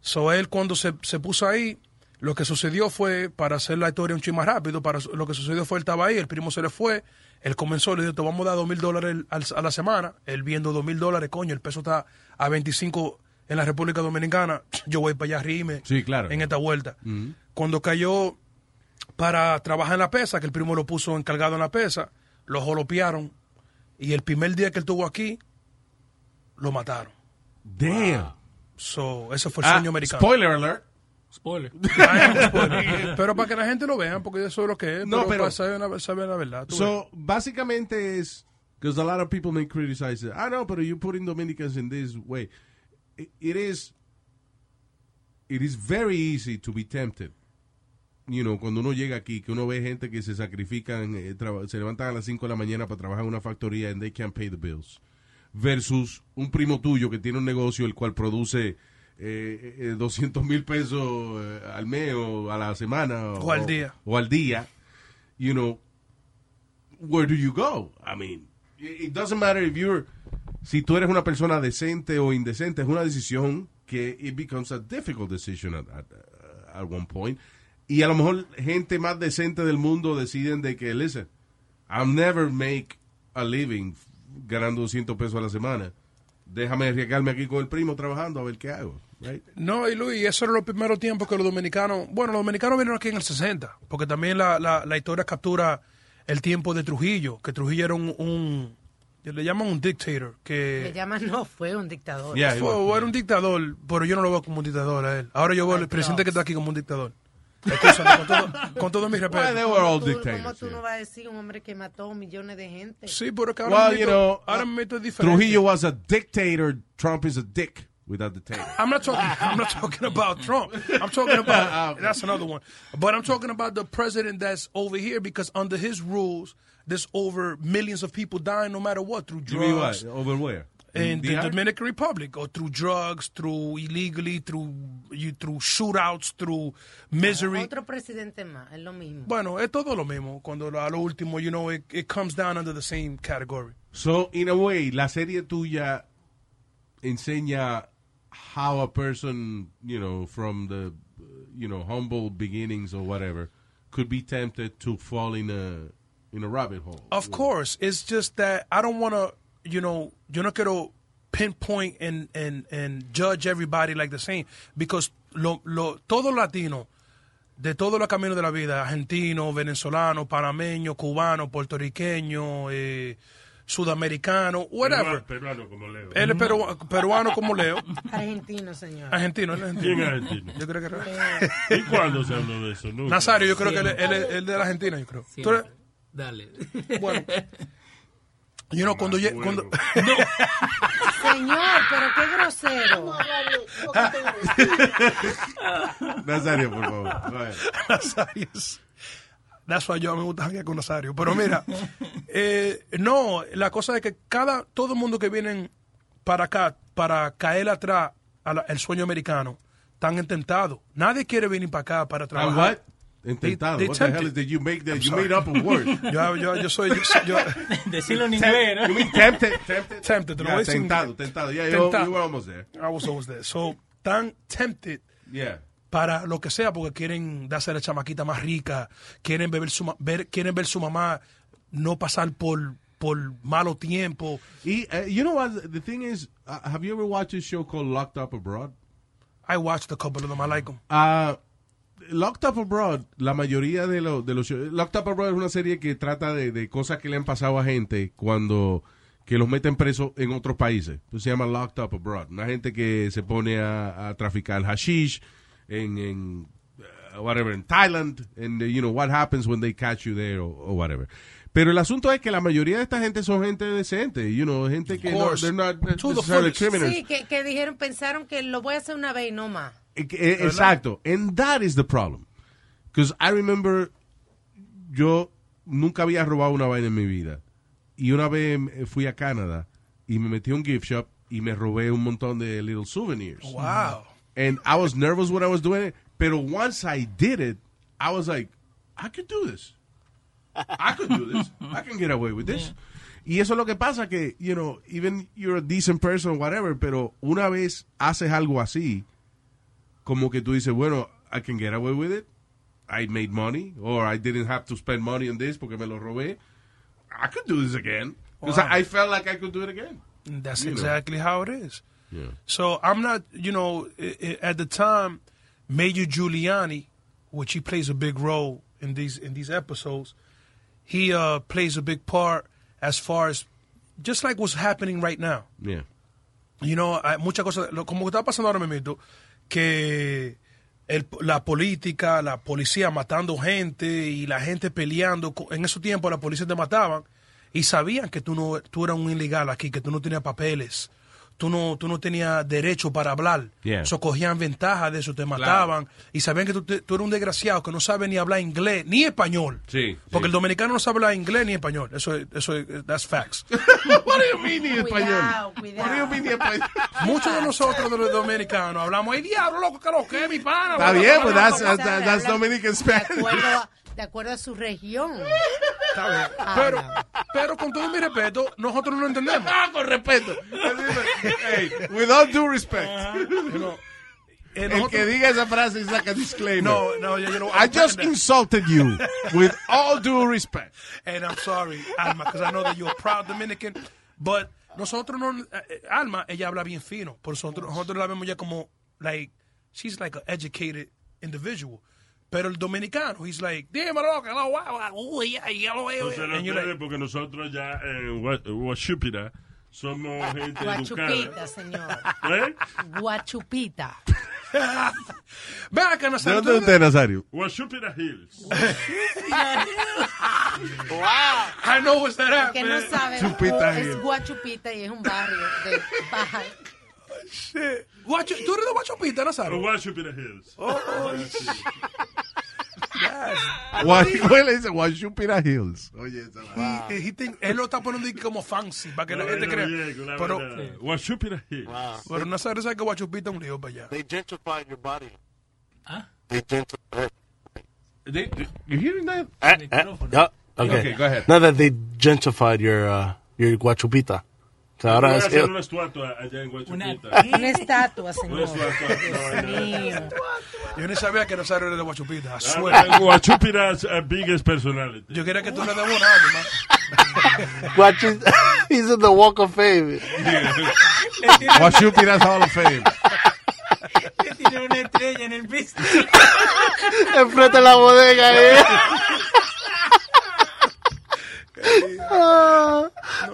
Speaker 3: So él cuando se, se puso ahí, lo que sucedió fue, para hacer la historia un chin más rápido, para lo que sucedió fue él estaba ahí, el primo se le fue, él comenzó, le dijo, te vamos a dar dos mil dólares al- a la semana, él viendo dos mil dólares, coño, el peso está a 25 en la República Dominicana, yo voy para allá arriba
Speaker 7: Sí, claro.
Speaker 3: en esta vuelta.
Speaker 7: Mhm.
Speaker 3: Cuando cayó para trabajar en la pesa, que el primo lo puso encargado en la pesa, lo jolopearon y el primer día que él estuvo aquí, lo mataron.
Speaker 7: Damn.
Speaker 3: So, eso fue el
Speaker 7: Ah,
Speaker 3: sueño americano.
Speaker 7: Spoiler alert.
Speaker 2: Spoiler.
Speaker 3: pero para que la gente lo vea, porque eso es lo que es.
Speaker 7: No,
Speaker 3: No,
Speaker 7: pero-
Speaker 3: pero. saben la, sabe la verdad. Ah, tú
Speaker 7: So, básicamente es, because a lot of people may criticize it. Ah, I know, but you're putting Dominicans in this way. I- it is, it is very easy to be tempted. You know, cuando uno llega aquí, que uno ve gente que se sacrifican, eh, traba- se levantan a las 5 de la mañana para trabajar en una factoría and they can't pay the bills. Versus un primo tuyo que tiene un negocio el cual produce eh, eh, 200 mil pesos eh, al mes o a la semana.
Speaker 3: O al día.
Speaker 7: O al día. You know, where do you go? I mean, it it doesn't matter if you're, si tú eres una persona decente o indecente, es una decisión que it becomes a difficult decision at, at, at one point. Y a lo mejor gente más decente del mundo deciden de que, listen, I'll never make a living ganando 200 pesos a la semana. Déjame arriesgarme aquí con el primo trabajando a ver qué hago. Right?
Speaker 3: No, y Luis, eso era los primeros tiempos que los dominicanos. Bueno, los dominicanos vinieron aquí en el 60, porque también la, la- la historia captura el tiempo de Trujillo, que Trujillo era un. un- le llaman un dictator, que.
Speaker 8: Le llaman, no, fue un dictador.
Speaker 3: Fue- fue- era un dictador, pero yo no lo veo como un dictador a él. Ahora yo veo al presidente que está aquí como un dictador. Escúchame, con, todo, con todo mi respeto.
Speaker 7: Well, they were
Speaker 8: ¿Cómo
Speaker 7: all
Speaker 8: tú-
Speaker 7: dictators,
Speaker 8: ¿Cómo tú
Speaker 7: yeah.
Speaker 8: no vas a decir un hombre que mató millones de gente?
Speaker 3: Sí, pero que ahora
Speaker 7: Well,
Speaker 3: mismo-
Speaker 7: you know, uh,
Speaker 3: ahora mismo es diferente.
Speaker 7: Trujillo was a dictator. Trump is a dick without the tail.
Speaker 3: I'm not talking. I'm not talking about Trump. I'm talking about that's another one. But I'm talking about the president that's over here because under his rules, there's over millions of people dying no matter what through
Speaker 7: You mean
Speaker 3: drugs
Speaker 7: what? Over where?
Speaker 3: in the
Speaker 7: DR?
Speaker 3: Dominican Republic or through drugs, through illegally, through you, through shootouts, through misery.
Speaker 8: Otro presidente más, es lo mismo.
Speaker 3: Bueno, es todo lo mismo. Cuando lo- a lo último, you know, it, it comes down under the same category.
Speaker 7: So, in a way, la serie tuya enseña how a person, you know, from the, uh, you know, humble beginnings or whatever, could be tempted to fall in a in a rabbit hole.
Speaker 3: Of course, it's just that I don't want to, you know, yo no quiero pinpoint and and and judge everybody like the same because lo, lo todo latino de todos los caminos de la vida, argentino, venezolano, panameño, cubano, puertorriqueño, eh, sudamericano, whatever.
Speaker 9: Peruano, peruano como Leo.
Speaker 3: Él es peru- peruano como Leo.
Speaker 8: Argentino, señor.
Speaker 3: Argentino, él es argentino.
Speaker 9: ¿Quién es argentino?
Speaker 3: Yo creo que era-
Speaker 9: ¿Y cuándo se habló de eso? Nunca.
Speaker 3: Nazario, yo creo que él, él, él, es de la Argentina, yo creo. Tú eres-
Speaker 2: Dale.
Speaker 3: Bueno. You know, cuando, ye- cuando,
Speaker 8: Señor, pero qué grosero.
Speaker 7: Nazario, por favor.
Speaker 3: Nazario es- That's why yo me gusta janguear con Nazario. Pero mira, eh, no, la cosa es que cada, todo el mundo que vienen para acá, para caer atrás al sueño americano, están intentados. Nadie quiere venir para acá para trabajar.
Speaker 7: what? Intentado.
Speaker 3: They- they
Speaker 7: What the hell
Speaker 3: tempted.
Speaker 7: is that you make that?
Speaker 3: I'm
Speaker 7: you
Speaker 3: sorry.
Speaker 7: made up a word.
Speaker 3: Yo, yo, yo soy. Yo, soy- yo,
Speaker 2: Decirlo en inglés, ¿no?
Speaker 7: You mean tempted?
Speaker 3: tempted. Tempted. te lo
Speaker 7: Yeah,
Speaker 3: voy a decir en
Speaker 7: tentado,
Speaker 3: inglés.
Speaker 7: tentado. Yeah, you-
Speaker 3: Tentado.
Speaker 7: you were almost there.
Speaker 3: I was almost there. So, tan tempted
Speaker 7: Yeah.
Speaker 3: para lo que sea, porque quieren darse a la chamaquita más rica, quieren beber su ma- ver, quieren ver su mamá no pasar por por malo tiempo.
Speaker 7: Y eh, you know what the thing is, uh, have you ever watched a show called Locked Up Abroad?
Speaker 3: I watched a couple of them, I like 'em. them.
Speaker 7: Ah, Locked Up Abroad, la mayoría de, lo- de los... Locked Up Abroad es una serie que trata de, de cosas que le han pasado a gente cuando que los meten presos en otros países. Pues se llama Locked Up Abroad. Una gente que se pone a, a traficar hashish en, en, eh, whatever, en Thailand, and eh, you know what happens when they catch you there o o whatever. Pero el asunto es que la mayoría de esta gente son gente decente, you know, gente que no,
Speaker 3: course.
Speaker 7: they're not
Speaker 3: To the
Speaker 7: necessarily
Speaker 3: fullest.
Speaker 7: criminals.
Speaker 8: Sí, que, que dijeron, pensaron que lo voy a hacer una vez y no más.
Speaker 7: Eh, eh,
Speaker 8: ¿Verdad?
Speaker 7: exacto. And that is the problem. Because I remember, yo nunca había robado una vaina en mi vida. Y una vez eh, fui a Canadá y me metí a un gift shop y me robé un montón de little souvenirs.
Speaker 3: Wow.
Speaker 7: And I was nervous when I was doing it. Pero once I did it, I was like, I could do this. I could do this. I can get away with this. Y eso es lo que pasa que, you know, even you're a decent person, whatever, pero una vez haces algo así, como que tú dices, bueno, I can get away with it. I made money, or I didn't have to spend money on this porque me lo robé. I could do this again. Because
Speaker 3: Wow.
Speaker 7: I, I felt like I could do it again.
Speaker 3: That's
Speaker 7: You know.
Speaker 3: exactly how it is.
Speaker 7: Yeah.
Speaker 3: So I'm not, you know, i- i- at the time, Major Giuliani, which he plays a big role in these in these episodes, he uh, plays a big part as far as just like what's happening right now.
Speaker 7: Yeah.
Speaker 3: you know, hay muchas cosas, lo- como está pasando ahora mismo, que el- la política, la policía matando gente y la gente peleando, co- en esos tiempos la policía te mataban y sabían que tú no tú eras un ilegal aquí, que tú no tenías papeles, tú no tú no tenías derecho para hablar.
Speaker 7: Yeah.
Speaker 3: So, cogían ventaja de eso, te mataban y sabían que tú, te- tú eres un desgraciado que no sabe ni hablar inglés ni español.
Speaker 7: Sí.
Speaker 3: Porque el dominicano no sabe hablar inglés ni español. Eso, es- eso, es- that's facts.
Speaker 7: What do you mean in español?
Speaker 8: What
Speaker 7: do you mean in español?
Speaker 3: Muchos de nosotros, de los dominicanos, hablamos, ¡ay, diablo, loco, que lo que es mi pana!
Speaker 7: Está bien, pues that's,
Speaker 8: Habla-
Speaker 7: that's, that's
Speaker 8: habla-
Speaker 7: Dominican
Speaker 8: De
Speaker 7: Spanish.
Speaker 8: acuerdo a, de acuerdo a su región.
Speaker 3: Está bien.
Speaker 8: Ah,
Speaker 3: Pero, pero con todo mi respeto, nosotros no entendemos.
Speaker 7: Ah, con respeto. With all due respect.
Speaker 3: Eh,
Speaker 7: El
Speaker 3: nosotros-
Speaker 7: que diga esa frase y saca disclaimer.
Speaker 3: No, no, yo, yo no.
Speaker 7: I just insulted you with all due respect.
Speaker 3: And I'm sorry, Alma, because I know that you're a proud Dominican, but nosotros no... eh, Alma, ella habla bien fino, por nosotros, nosotros la vemos ya como, like, she's like an educated individual. Pero el dominicano, he's like, dímelo, que lo guau, uy, ya, ya lo veo.
Speaker 9: Entonces no
Speaker 3: And you're like,
Speaker 9: ustedes, porque nosotros ya en Gua- Guachupita somos gente
Speaker 8: Guachupita,
Speaker 9: educada.
Speaker 8: señor.
Speaker 9: ¿Eh?
Speaker 8: Guachupita.
Speaker 3: Ve acá,
Speaker 7: ¿De
Speaker 3: Nazario.
Speaker 7: dónde es usted, Nazario?
Speaker 9: Guachupita Hills.
Speaker 8: wow.
Speaker 3: I know what's that at,
Speaker 8: Que no
Speaker 3: man.
Speaker 8: sabe.
Speaker 3: Chupita
Speaker 8: oh,
Speaker 3: Hill.
Speaker 8: es Guachupita y es un barrio de Baja.
Speaker 3: Shit. Guacho, ¿Tú eres de Guachupita, Nazario?
Speaker 9: Guachupita Hills.
Speaker 3: Oh,
Speaker 7: Why- ¿Cómo le dice? Guachupira Hills.
Speaker 3: Oye, he, he think- él lo está poniendo ahí como fancy para que la gente crea. Pero,
Speaker 9: Guachupita Hills.
Speaker 3: pero Nazario sabe que Guachupita es un lío para allá.
Speaker 10: Ah. They gentrify your body. They gentrify.
Speaker 7: you hearing that?
Speaker 10: Ah, Yeah. Okay.
Speaker 7: Okay, go ahead.
Speaker 10: Now that they gentrified your uh, your guachupita. Que ahora
Speaker 9: Voy a
Speaker 10: es,
Speaker 9: hacer una estatua allá en Guachupita.
Speaker 8: Una
Speaker 10: Pues,
Speaker 8: estatua,
Speaker 9: Una
Speaker 8: señor.
Speaker 9: estatua.
Speaker 3: Yo ni sabía que Nazario era de Guachupita. I swear.
Speaker 9: Ah, Guachupita's uh, biggest personality.
Speaker 3: Yo quería que tú le debas una alma.
Speaker 10: Guachi- he's in the Walk of Fame.
Speaker 3: Él tiene-
Speaker 7: Guachupira's Hall of Fame.
Speaker 3: él
Speaker 2: Tiene una estrella en el piso.
Speaker 10: Enfrente de la bodega, eh.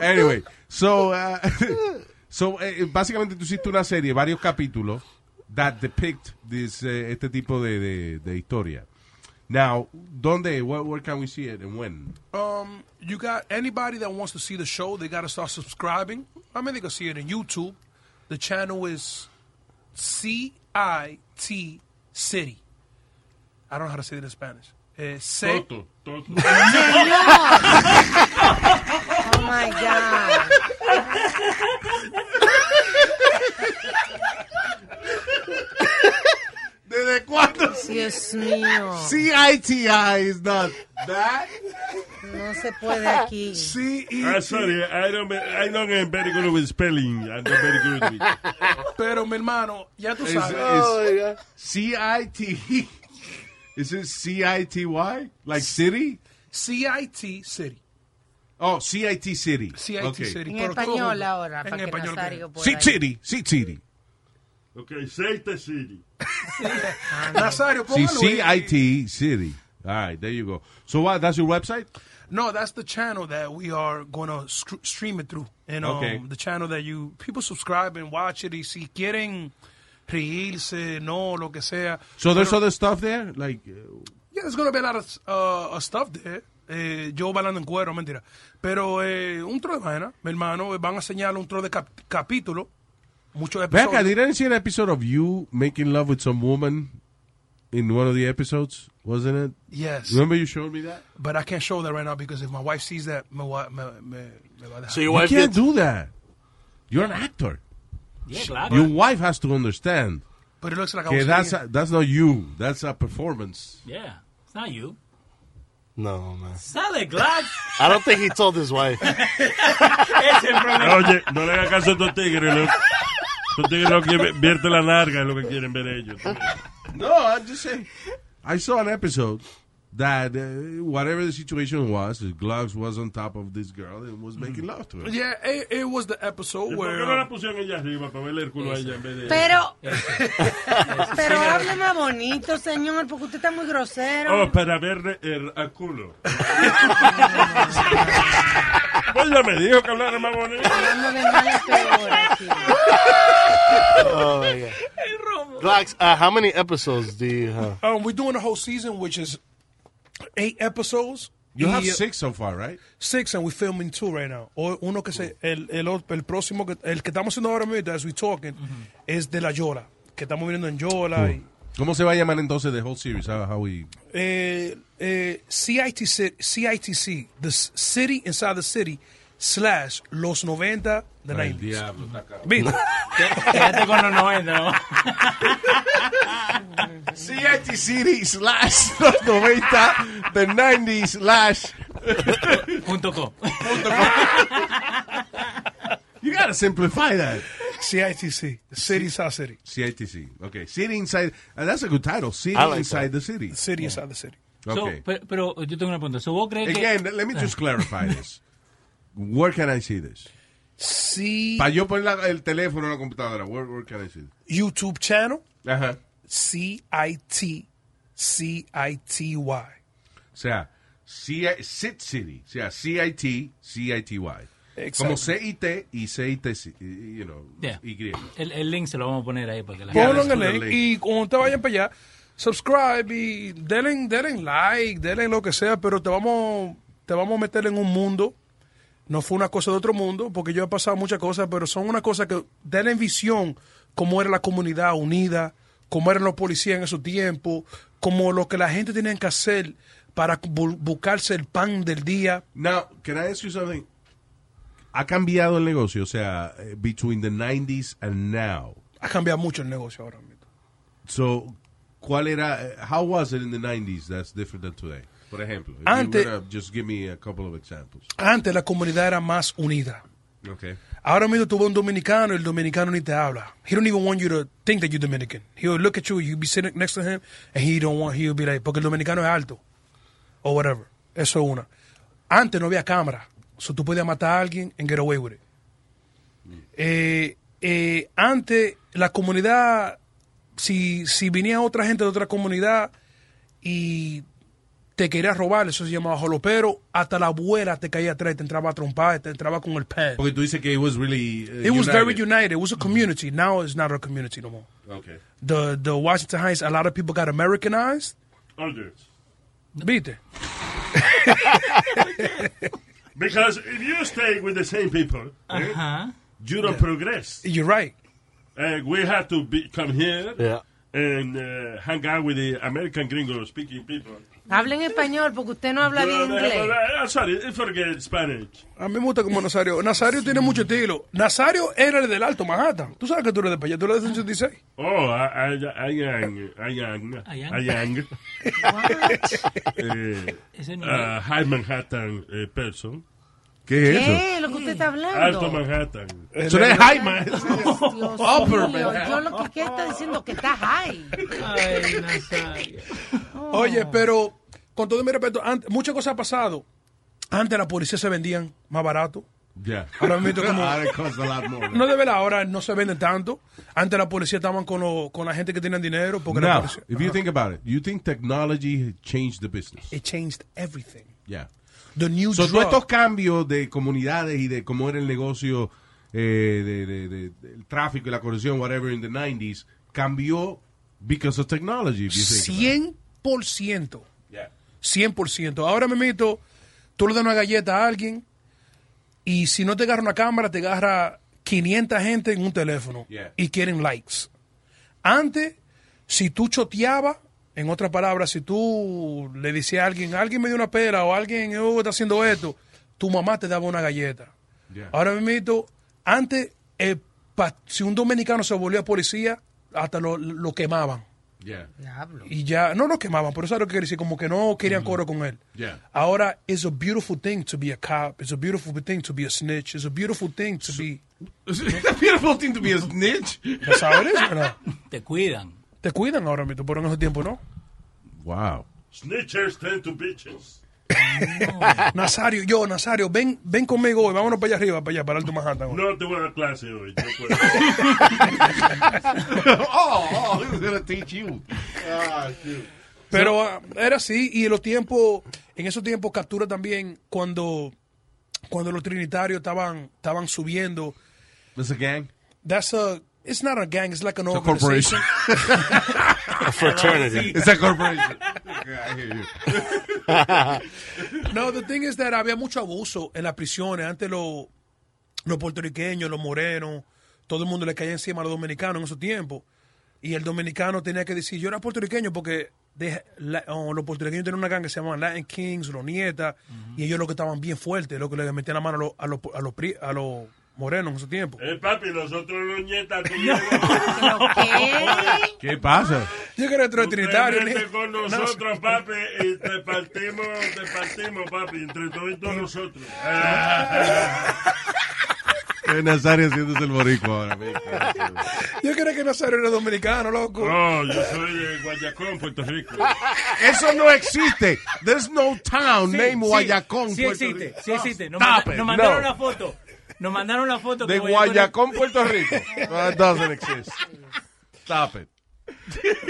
Speaker 7: Anyway, so, uh, so eh, básicamente tú hiciste una serie, varios capítulos, that depict this, eh, este tipo de, de, de historia. Now, ¿dónde? Where, where can we see it and when?
Speaker 3: Um, you got anybody that wants to see the show, they got to start subscribing. I mean, they can see it in YouTube. The channel is C I T City. I don't know how to say it in Spanish. Eh, C-
Speaker 9: Toto, toto.
Speaker 8: Oh my God.
Speaker 7: ¿Desde cuándo?
Speaker 8: Dios mío.
Speaker 7: CITI is not that.
Speaker 8: No se puede aquí.
Speaker 9: I'm Ah, sorry, I don't, I don't am very good with spelling. I'm not very good with
Speaker 3: Pero mi hermano, ya tú
Speaker 7: Is-
Speaker 3: sabes.
Speaker 7: is- CIT. Is it CITY? Like city?
Speaker 3: CIT City.
Speaker 7: Oh, CIT City.
Speaker 3: CIT
Speaker 7: Okay.
Speaker 3: City.
Speaker 8: En
Speaker 3: pero todo
Speaker 8: español
Speaker 3: junto.
Speaker 8: ahora,
Speaker 3: En
Speaker 8: para que
Speaker 3: español,
Speaker 8: Nazario pueda.
Speaker 7: Seat City. Seat City.
Speaker 9: Ok, Seite City.
Speaker 8: Ah,
Speaker 3: Nazario,
Speaker 7: See,
Speaker 3: póngalo ahí.
Speaker 7: CIT City. All right, there you go. So what? That's your website?
Speaker 3: No, that's the channel that we are going to stream it through. And um,
Speaker 7: Okay.
Speaker 3: the channel that you people subscribe and watch it. Y si quieren reírse, no, lo que sea.
Speaker 7: So there's
Speaker 3: Pero-
Speaker 7: other stuff there? Like, uh,
Speaker 3: Yeah, there's gonna be a lot of uh, uh, stuff there. Eh, yo bailando en cuero, mentira. Pero eh, un tro de vaina, mi hermano, eh, van a enseñar un tro de cap- capítulo. Muchos
Speaker 7: back, I
Speaker 3: episodios.
Speaker 7: didn't see an episode of you making love with some woman in one of the episodes, wasn't it?
Speaker 3: Yes.
Speaker 7: Remember you showed me that?
Speaker 3: But I can't show that right now because if my wife sees that, me, wa- me, me, me va a dejar.
Speaker 10: So your
Speaker 7: you
Speaker 10: wife
Speaker 7: can't
Speaker 10: gets-
Speaker 7: do that. You're an actor.
Speaker 2: Yeah,
Speaker 7: Your
Speaker 2: claro.
Speaker 7: wife has to understand.
Speaker 3: But it looks like I
Speaker 7: Okay,
Speaker 3: was
Speaker 7: that's
Speaker 3: being-
Speaker 7: a, that's not you. That's a performance.
Speaker 2: Yeah, it's not you.
Speaker 10: No, man.
Speaker 2: Sale, Glad.
Speaker 10: I don't think he told his wife.
Speaker 2: Ese es el problema.
Speaker 9: Oye, no le hagas caso a estos tigres. Los, estos tigres lo que vierte la larga es lo que quieren ver ellos.
Speaker 7: No, I'm just saying. I saw an episode that uh, whatever the situation was, the gloves was on top of this girl and
Speaker 9: Mm-hmm.
Speaker 7: was making love to her.
Speaker 3: Yeah, it, it was the episode
Speaker 9: ¿Y ¿Por
Speaker 3: where.
Speaker 9: qué no la
Speaker 3: um,
Speaker 9: pusieron ella arriba para verle el culo a ella en vez de
Speaker 8: Pero, pero hable más bonito, señor, porque usted está muy grosero.
Speaker 9: Oh, para verle el a culo. Pues ya me dijo que hablara más bonito.
Speaker 8: Hablando de mal a peor aquí.
Speaker 10: Oh, my God. Glax, uh, how many episodes do you have?
Speaker 3: um, we're doing a whole season, which is eight episodes.
Speaker 7: You have
Speaker 3: Y-
Speaker 7: six so far, right?
Speaker 3: Six and we're filming two right now. O- uno que se, el, el, ot- el próximo que, el que estamos haciendo ahora mismo, as we talking,
Speaker 7: Mm-hmm.
Speaker 3: es de la Yola, que estamos viendo en Yola. y-
Speaker 7: ¿Cómo se va a llamar entonces the whole series? How, how we
Speaker 3: eh, eh, CITC, CITC, the s- city inside the city, slash los 90, the
Speaker 7: Ay,
Speaker 3: 90s.
Speaker 7: diablo, está cabrón.
Speaker 3: ¿Viste?
Speaker 2: Quédate con los 90, ¿no?
Speaker 7: CIT City slash los 90, the 90 slash.
Speaker 2: Punto com.
Speaker 7: You gotta simplify that.
Speaker 3: CITC, the city inside city,
Speaker 7: CITC. Okay, City Inside. uh, that's a good title. City
Speaker 10: I like
Speaker 7: Inside the City.
Speaker 3: city inside the city.
Speaker 2: So,
Speaker 7: Okay.
Speaker 2: pero, pero yo tengo una pregunta. So, ¿Vos crees que
Speaker 7: Again, let me just clarify this. Where can I see this?
Speaker 3: C
Speaker 7: Para yo poner la- el teléfono en la computadora, where, where can I see it?
Speaker 3: YouTube channel,
Speaker 7: Ajá.
Speaker 3: C-I-T-C-I-T-Y.
Speaker 7: O sea, C- Sit City. O sea, C-I-T, C-I-T-Y.
Speaker 3: Exacto.
Speaker 7: Como C-I-T y C-I-T, you know,
Speaker 2: Yeah.
Speaker 7: Y.
Speaker 2: el, el link se lo vamos a poner ahí para que la
Speaker 7: Yeah,
Speaker 3: Ponlo
Speaker 7: let's
Speaker 3: en el
Speaker 7: put
Speaker 3: link
Speaker 7: the link.
Speaker 3: y cuando te vayan para allá, subscribe y denle, denle like, denle lo que sea, pero te vamos, te vamos a meter en un mundo. No fue una cosa de otro mundo, porque yo he pasado muchas cosas, pero son una cosa que denle visión cómo era la comunidad unida, cómo eran los policías en esos tiempos, cómo lo que la gente tenía que hacer para bu- buscarse el pan del día.
Speaker 7: Now, can I ask you something? Ha cambiado el negocio, o sea, eh, between the 90s and now.
Speaker 3: Ha cambiado mucho el negocio ahora mismo.
Speaker 7: So, ¿cuál era, eh, how was it in the 90s that's different than today? Por ejemplo, if
Speaker 3: Ante-
Speaker 7: you were to just give me a couple of examples.
Speaker 3: Antes la comunidad era más unida.
Speaker 7: Okay.
Speaker 3: Ahora mismo tuvo un dominicano y el dominicano ni te habla. He don't even want you to think that you're Dominican. He'll look at you, you'll be sitting next to him, and he don't want, he'll be like, porque el dominicano es alto. O whatever. Eso es una. Antes no había cámara. So tú podías matar a alguien and get away with it. Eh, eh, antes la comunidad si, si venía otra gente de otra comunidad y te quería robar, eso se llamaba jolopero, hasta la abuela te caía atrás, y te entraba a trompar, te entraba con el pad.
Speaker 7: Porque tú dices que it was really uh,
Speaker 3: It was very
Speaker 7: united.
Speaker 3: united. It was a community. Now it's not a community no more.
Speaker 7: Okay.
Speaker 3: The, the Washington Heights, a lot of people got Americanized.
Speaker 9: Under.
Speaker 3: ¿Viste?
Speaker 9: Because if you stay with the same people, eh,
Speaker 8: Uh-huh.
Speaker 2: Ajá.
Speaker 9: you don't progress.
Speaker 3: You're right.
Speaker 9: And we have to be, come here
Speaker 10: Yeah.
Speaker 9: and uh, hang out with the American gringo speaking people.
Speaker 8: Hablen español porque usted no habla bien
Speaker 9: But, uh,
Speaker 8: inglés.
Speaker 9: but, uh, I'm sorry, I forget Spanish.
Speaker 3: A mí me gusta como Nazario. Nazario tiene mucho estilo. Nazario era el del Alto Manhattan. Tú sabes que tú eres de Payá, tú eres de 186.
Speaker 9: Oh, I, I, I am, I am, I
Speaker 3: am?
Speaker 9: am. eh,
Speaker 2: Ese no
Speaker 9: uh, high Manhattan eh, person.
Speaker 7: ¿Qué
Speaker 8: es ¿Qué? eso? ¿Lo que usted está hablando?
Speaker 9: Alto Manhattan.
Speaker 7: Eso no es high Oh,
Speaker 8: Dios
Speaker 9: Upper
Speaker 8: mío,
Speaker 9: Manhattan.
Speaker 8: yo lo que ¿qué está diciendo que está high.
Speaker 2: Ay, Nazario.
Speaker 8: Oh.
Speaker 3: Oye, pero con todo mi respeto, ant- muchas cosas han pasado. Antes la policía se vendían más barato.
Speaker 7: Yeah.
Speaker 3: Ahora mismo como-
Speaker 7: Ahora it costs a lot more.
Speaker 3: No de verdad, ahora no se venden tanto. Antes la policía estaban con, lo- con la gente que tienen dinero. Porque la
Speaker 7: Now,
Speaker 3: policía-
Speaker 7: if you
Speaker 3: Ajá.
Speaker 7: think about it, you think technology changed the business.
Speaker 3: It changed everything.
Speaker 7: Yeah.
Speaker 3: The new
Speaker 7: So,
Speaker 3: drug.
Speaker 7: todos estos cambios de comunidades y de cómo era el negocio, eh, de, de- de- del tráfico y la corrupción, whatever, in the 90s, cambió because of technology. If you think about it.
Speaker 3: 100%. 100%. Ahora me meto, tú le das una galleta a alguien y si no te agarra una cámara, te agarra 500 gente en un teléfono
Speaker 7: Yeah.
Speaker 3: y quieren likes. Antes, si tú choteabas, en otras palabras, si tú le decías a alguien, alguien me dio una pera o alguien oh, está haciendo esto, tu mamá te daba una galleta.
Speaker 7: Yeah.
Speaker 3: Ahora mismo, antes, eh, pa- si un dominicano se volvía policía, hasta lo- lo quemaban.
Speaker 7: Yeah.
Speaker 3: Y ya, no nos quemaban, pero eso es lo que quería decir, como que no querían coro con él.
Speaker 7: Yeah.
Speaker 3: Ahora, it's a beautiful thing to be a cop, it's a beautiful thing to be a snitch, it's a beautiful thing to be...
Speaker 7: It's a beautiful thing to be a snitch.
Speaker 3: ¿Ya sabes eso, verdad?
Speaker 2: Te cuidan.
Speaker 3: Te cuidan ahora mismo, pero en ese tiempo no.
Speaker 7: Wow.
Speaker 9: Snitchers tend to bitches.
Speaker 3: Nazario, yo, Nazario, ven ven conmigo hoy, vámonos para allá arriba, para allá, para el Alto Manhattan. hoy.
Speaker 9: No te voy a dar clase hoy. no puedo.
Speaker 7: oh, oh, he was going to teach you. Ah, shoot.
Speaker 3: Pero ah, era así, y en los tiempos, en esos tiempos captura también cuando, cuando los trinitarios estaban, estaban subiendo.
Speaker 7: It's a gang.
Speaker 3: That's a, it's not a gang, it's like an
Speaker 7: It's a
Speaker 3: organization.
Speaker 7: corporation. a
Speaker 10: fraternity.
Speaker 7: It's a corporation. Okay, I hear you.
Speaker 3: No, the thing is that había mucho abuso en las prisiones. Antes los los puertorriqueños, los morenos, todo el mundo le caía encima a los dominicanos en esos tiempos. Y el dominicano tenía que decir, yo era puertorriqueño porque de- la- oh, los puertorriqueños tenían una gang que se llamaban Latin Kings, los nietas, y ellos los que estaban bien fuertes, los que le metían la mano a los, a los, a los pri- a los morenos en esos tiempos.
Speaker 9: Eh, papi, nosotros los nietas tuvieron.
Speaker 7: ¿Qué pasa?
Speaker 3: Yo quería otro trinitario.
Speaker 9: Vete
Speaker 3: ni-
Speaker 9: con
Speaker 3: no,
Speaker 9: nosotros, papi, y te partimos, te partimos, papi, entre todos y todos nosotros. Ah,
Speaker 7: Eh, Nazario haciéndose el boricua ahora. mismo.
Speaker 3: yo quería que Nazario era dominicano, loco.
Speaker 9: No, yo soy de Guayacón, Puerto Rico.
Speaker 7: Eso no existe. There's no town named Guayacón.
Speaker 2: Sí
Speaker 7: Puerto
Speaker 2: existe,
Speaker 7: Rico.
Speaker 2: sí existe. Nos,
Speaker 7: Stop
Speaker 2: manda-
Speaker 7: it,
Speaker 2: nos mandaron
Speaker 7: no.
Speaker 2: una foto. Nos mandaron una foto. que
Speaker 7: De
Speaker 2: voy a poner-
Speaker 7: Guayacón, Puerto Rico. No, it doesn't exist. Stop it.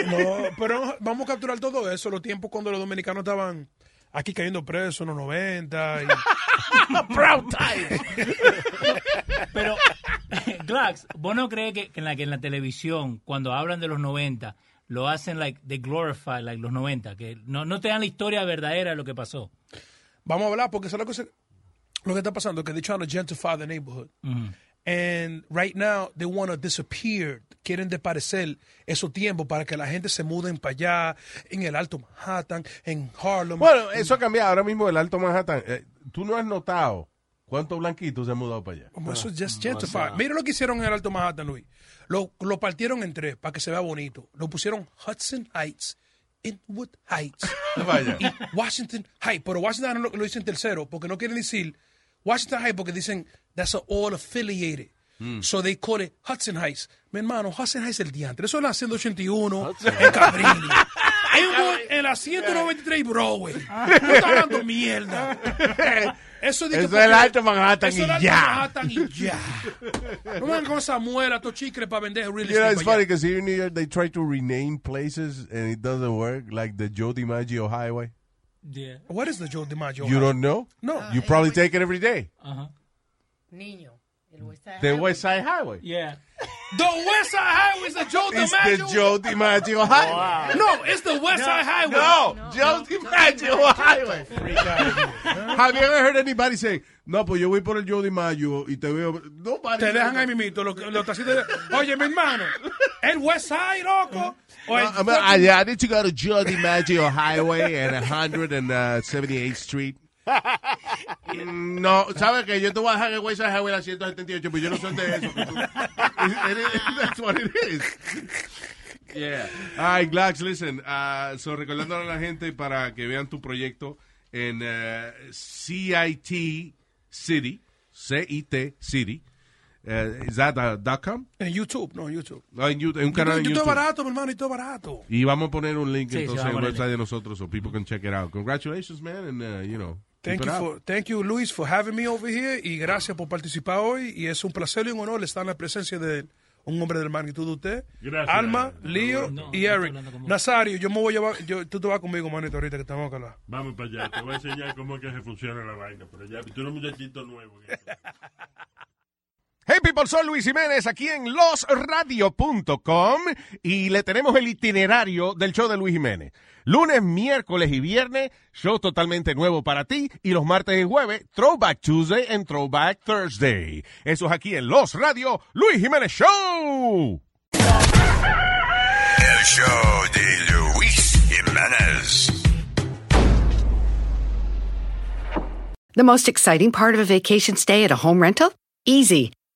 Speaker 3: No, pero vamos a capturar todo eso, los tiempos cuando los dominicanos estaban aquí cayendo presos en los 90. Y... Proud
Speaker 2: Pero, Glax, ¿vos no crees que, que en la, que en la televisión, cuando hablan de los 90, lo hacen, like, they glorify, like, los 90, que no, no te dan la historia verdadera de lo que pasó?
Speaker 3: Vamos a hablar porque eso es lo que, se- lo que está pasando, que they're trying to gentrify the neighborhood. And right now they want to disappear, quieren desaparecer esos tiempos para que la gente se muden para allá, en el Alto Manhattan, en Harlem.
Speaker 7: Bueno, eso ha cambiado. Ahora mismo el Alto Manhattan. eh, Tú no has notado cuántos blanquitos se han mudado para allá.
Speaker 3: Como eso es just gentrified. Mira lo que hicieron en el Alto Manhattan, Luis. Lo, lo partieron en tres para que se vea bonito. Lo pusieron Hudson Heights, Inwood Heights
Speaker 7: Vaya.
Speaker 3: y Washington Heights. Pero Washington lo, lo dicen tercero porque no quieren decir Washington Heights porque dicen that's a all affiliated. So they call it Hudson Heights. Mi hermano, Hudson Heights es el diantre. Eso es la 181 en Cabrini. Hay un gol en la 193 y Broadway. No está hablando mierda. Eso, de que
Speaker 7: Eso
Speaker 3: porque-
Speaker 7: es el Alto Manhattan
Speaker 3: Eso es
Speaker 7: y
Speaker 3: el Alto
Speaker 7: ya.
Speaker 3: Manhattan y ya. No me hagan con esa muela, estos chicles para vender real
Speaker 7: You know,
Speaker 3: estate.
Speaker 7: it's
Speaker 3: pa' allá.
Speaker 7: funny because here in New York they try to rename places and it doesn't work, like the Joe DiMaggio Highway.
Speaker 3: What is the Joe DiMaggio?
Speaker 7: You don't know?
Speaker 3: No.
Speaker 7: You probably take it every day.
Speaker 16: Niño.
Speaker 7: The West Side Highway.
Speaker 2: Yeah.
Speaker 3: The West Side Highway is the Joe
Speaker 7: It's
Speaker 3: DiMaggio.
Speaker 7: the Joe DiMaggio Highway.
Speaker 3: No, it's the West Side Highway.
Speaker 7: No, Joe DiMaggio Highway. Have you ever heard anybody say, no, pues yo voy por el Joe DiMaggio y te veo... Nobody.
Speaker 3: Te dejan ahí mimito. Los, los taxistas de- Oye, mi hermano, el West Side, loco. O el-
Speaker 7: I, mean, I, I need to go to Joe DiMaggio Highway and 178th Street. Mm, No, sabes que yo te voy a dejar que West Side Highway la 178, pero pues yo no soy de eso. que tú- It is- That's what it is. Yeah. Ay, Glax, listen, ah, so recordándole a la gente para que vean tu proyecto en eh, CIT City, C-I-T City, eh, is that a dot com?
Speaker 3: En YouTube, no, en YouTube.
Speaker 7: Ah, en, YouTube, en un canal en
Speaker 3: YouTube es
Speaker 7: YouTube.
Speaker 3: barato, mi hermano, y todo es barato.
Speaker 7: Y vamos a poner un link
Speaker 3: Sí, sí, vamos
Speaker 7: entonces en
Speaker 3: a
Speaker 7: el
Speaker 3: poner
Speaker 7: website de nosotros so people can check it out. Congratulations, man, and uh, you know.
Speaker 3: Thank
Speaker 7: keep
Speaker 3: you,
Speaker 7: it up.
Speaker 3: for, thank you, Luis, for having me over here. Y gracias por participar hoy. Y es un placer y un honor estar en la presencia de un hombre de la magnitud de usted.
Speaker 9: Gracias.
Speaker 3: Alma, Leo y Eric. Nazario, yo me voy a llevar. yo- tú te vas conmigo, manito, ahorita que estamos acá. hablar.
Speaker 9: Vamos para allá, te voy a enseñar cómo es que se funciona la vaina. Pero ya, tú eres un muchachito nuevo. ¿eh?
Speaker 7: Hey people, soy Luis Jiménez aquí en losradio.com y le tenemos el itinerario del show de Luis Jiménez. Lunes, miércoles y viernes, show totalmente nuevo para ti y los martes y jueves, Throwback Tuesday and Throwback Thursday. Eso es aquí en Los Radio, Luis Jiménez Show.
Speaker 17: El show de Luis Jiménez.
Speaker 18: The most exciting part of a vacation stay at a home rental? Easy.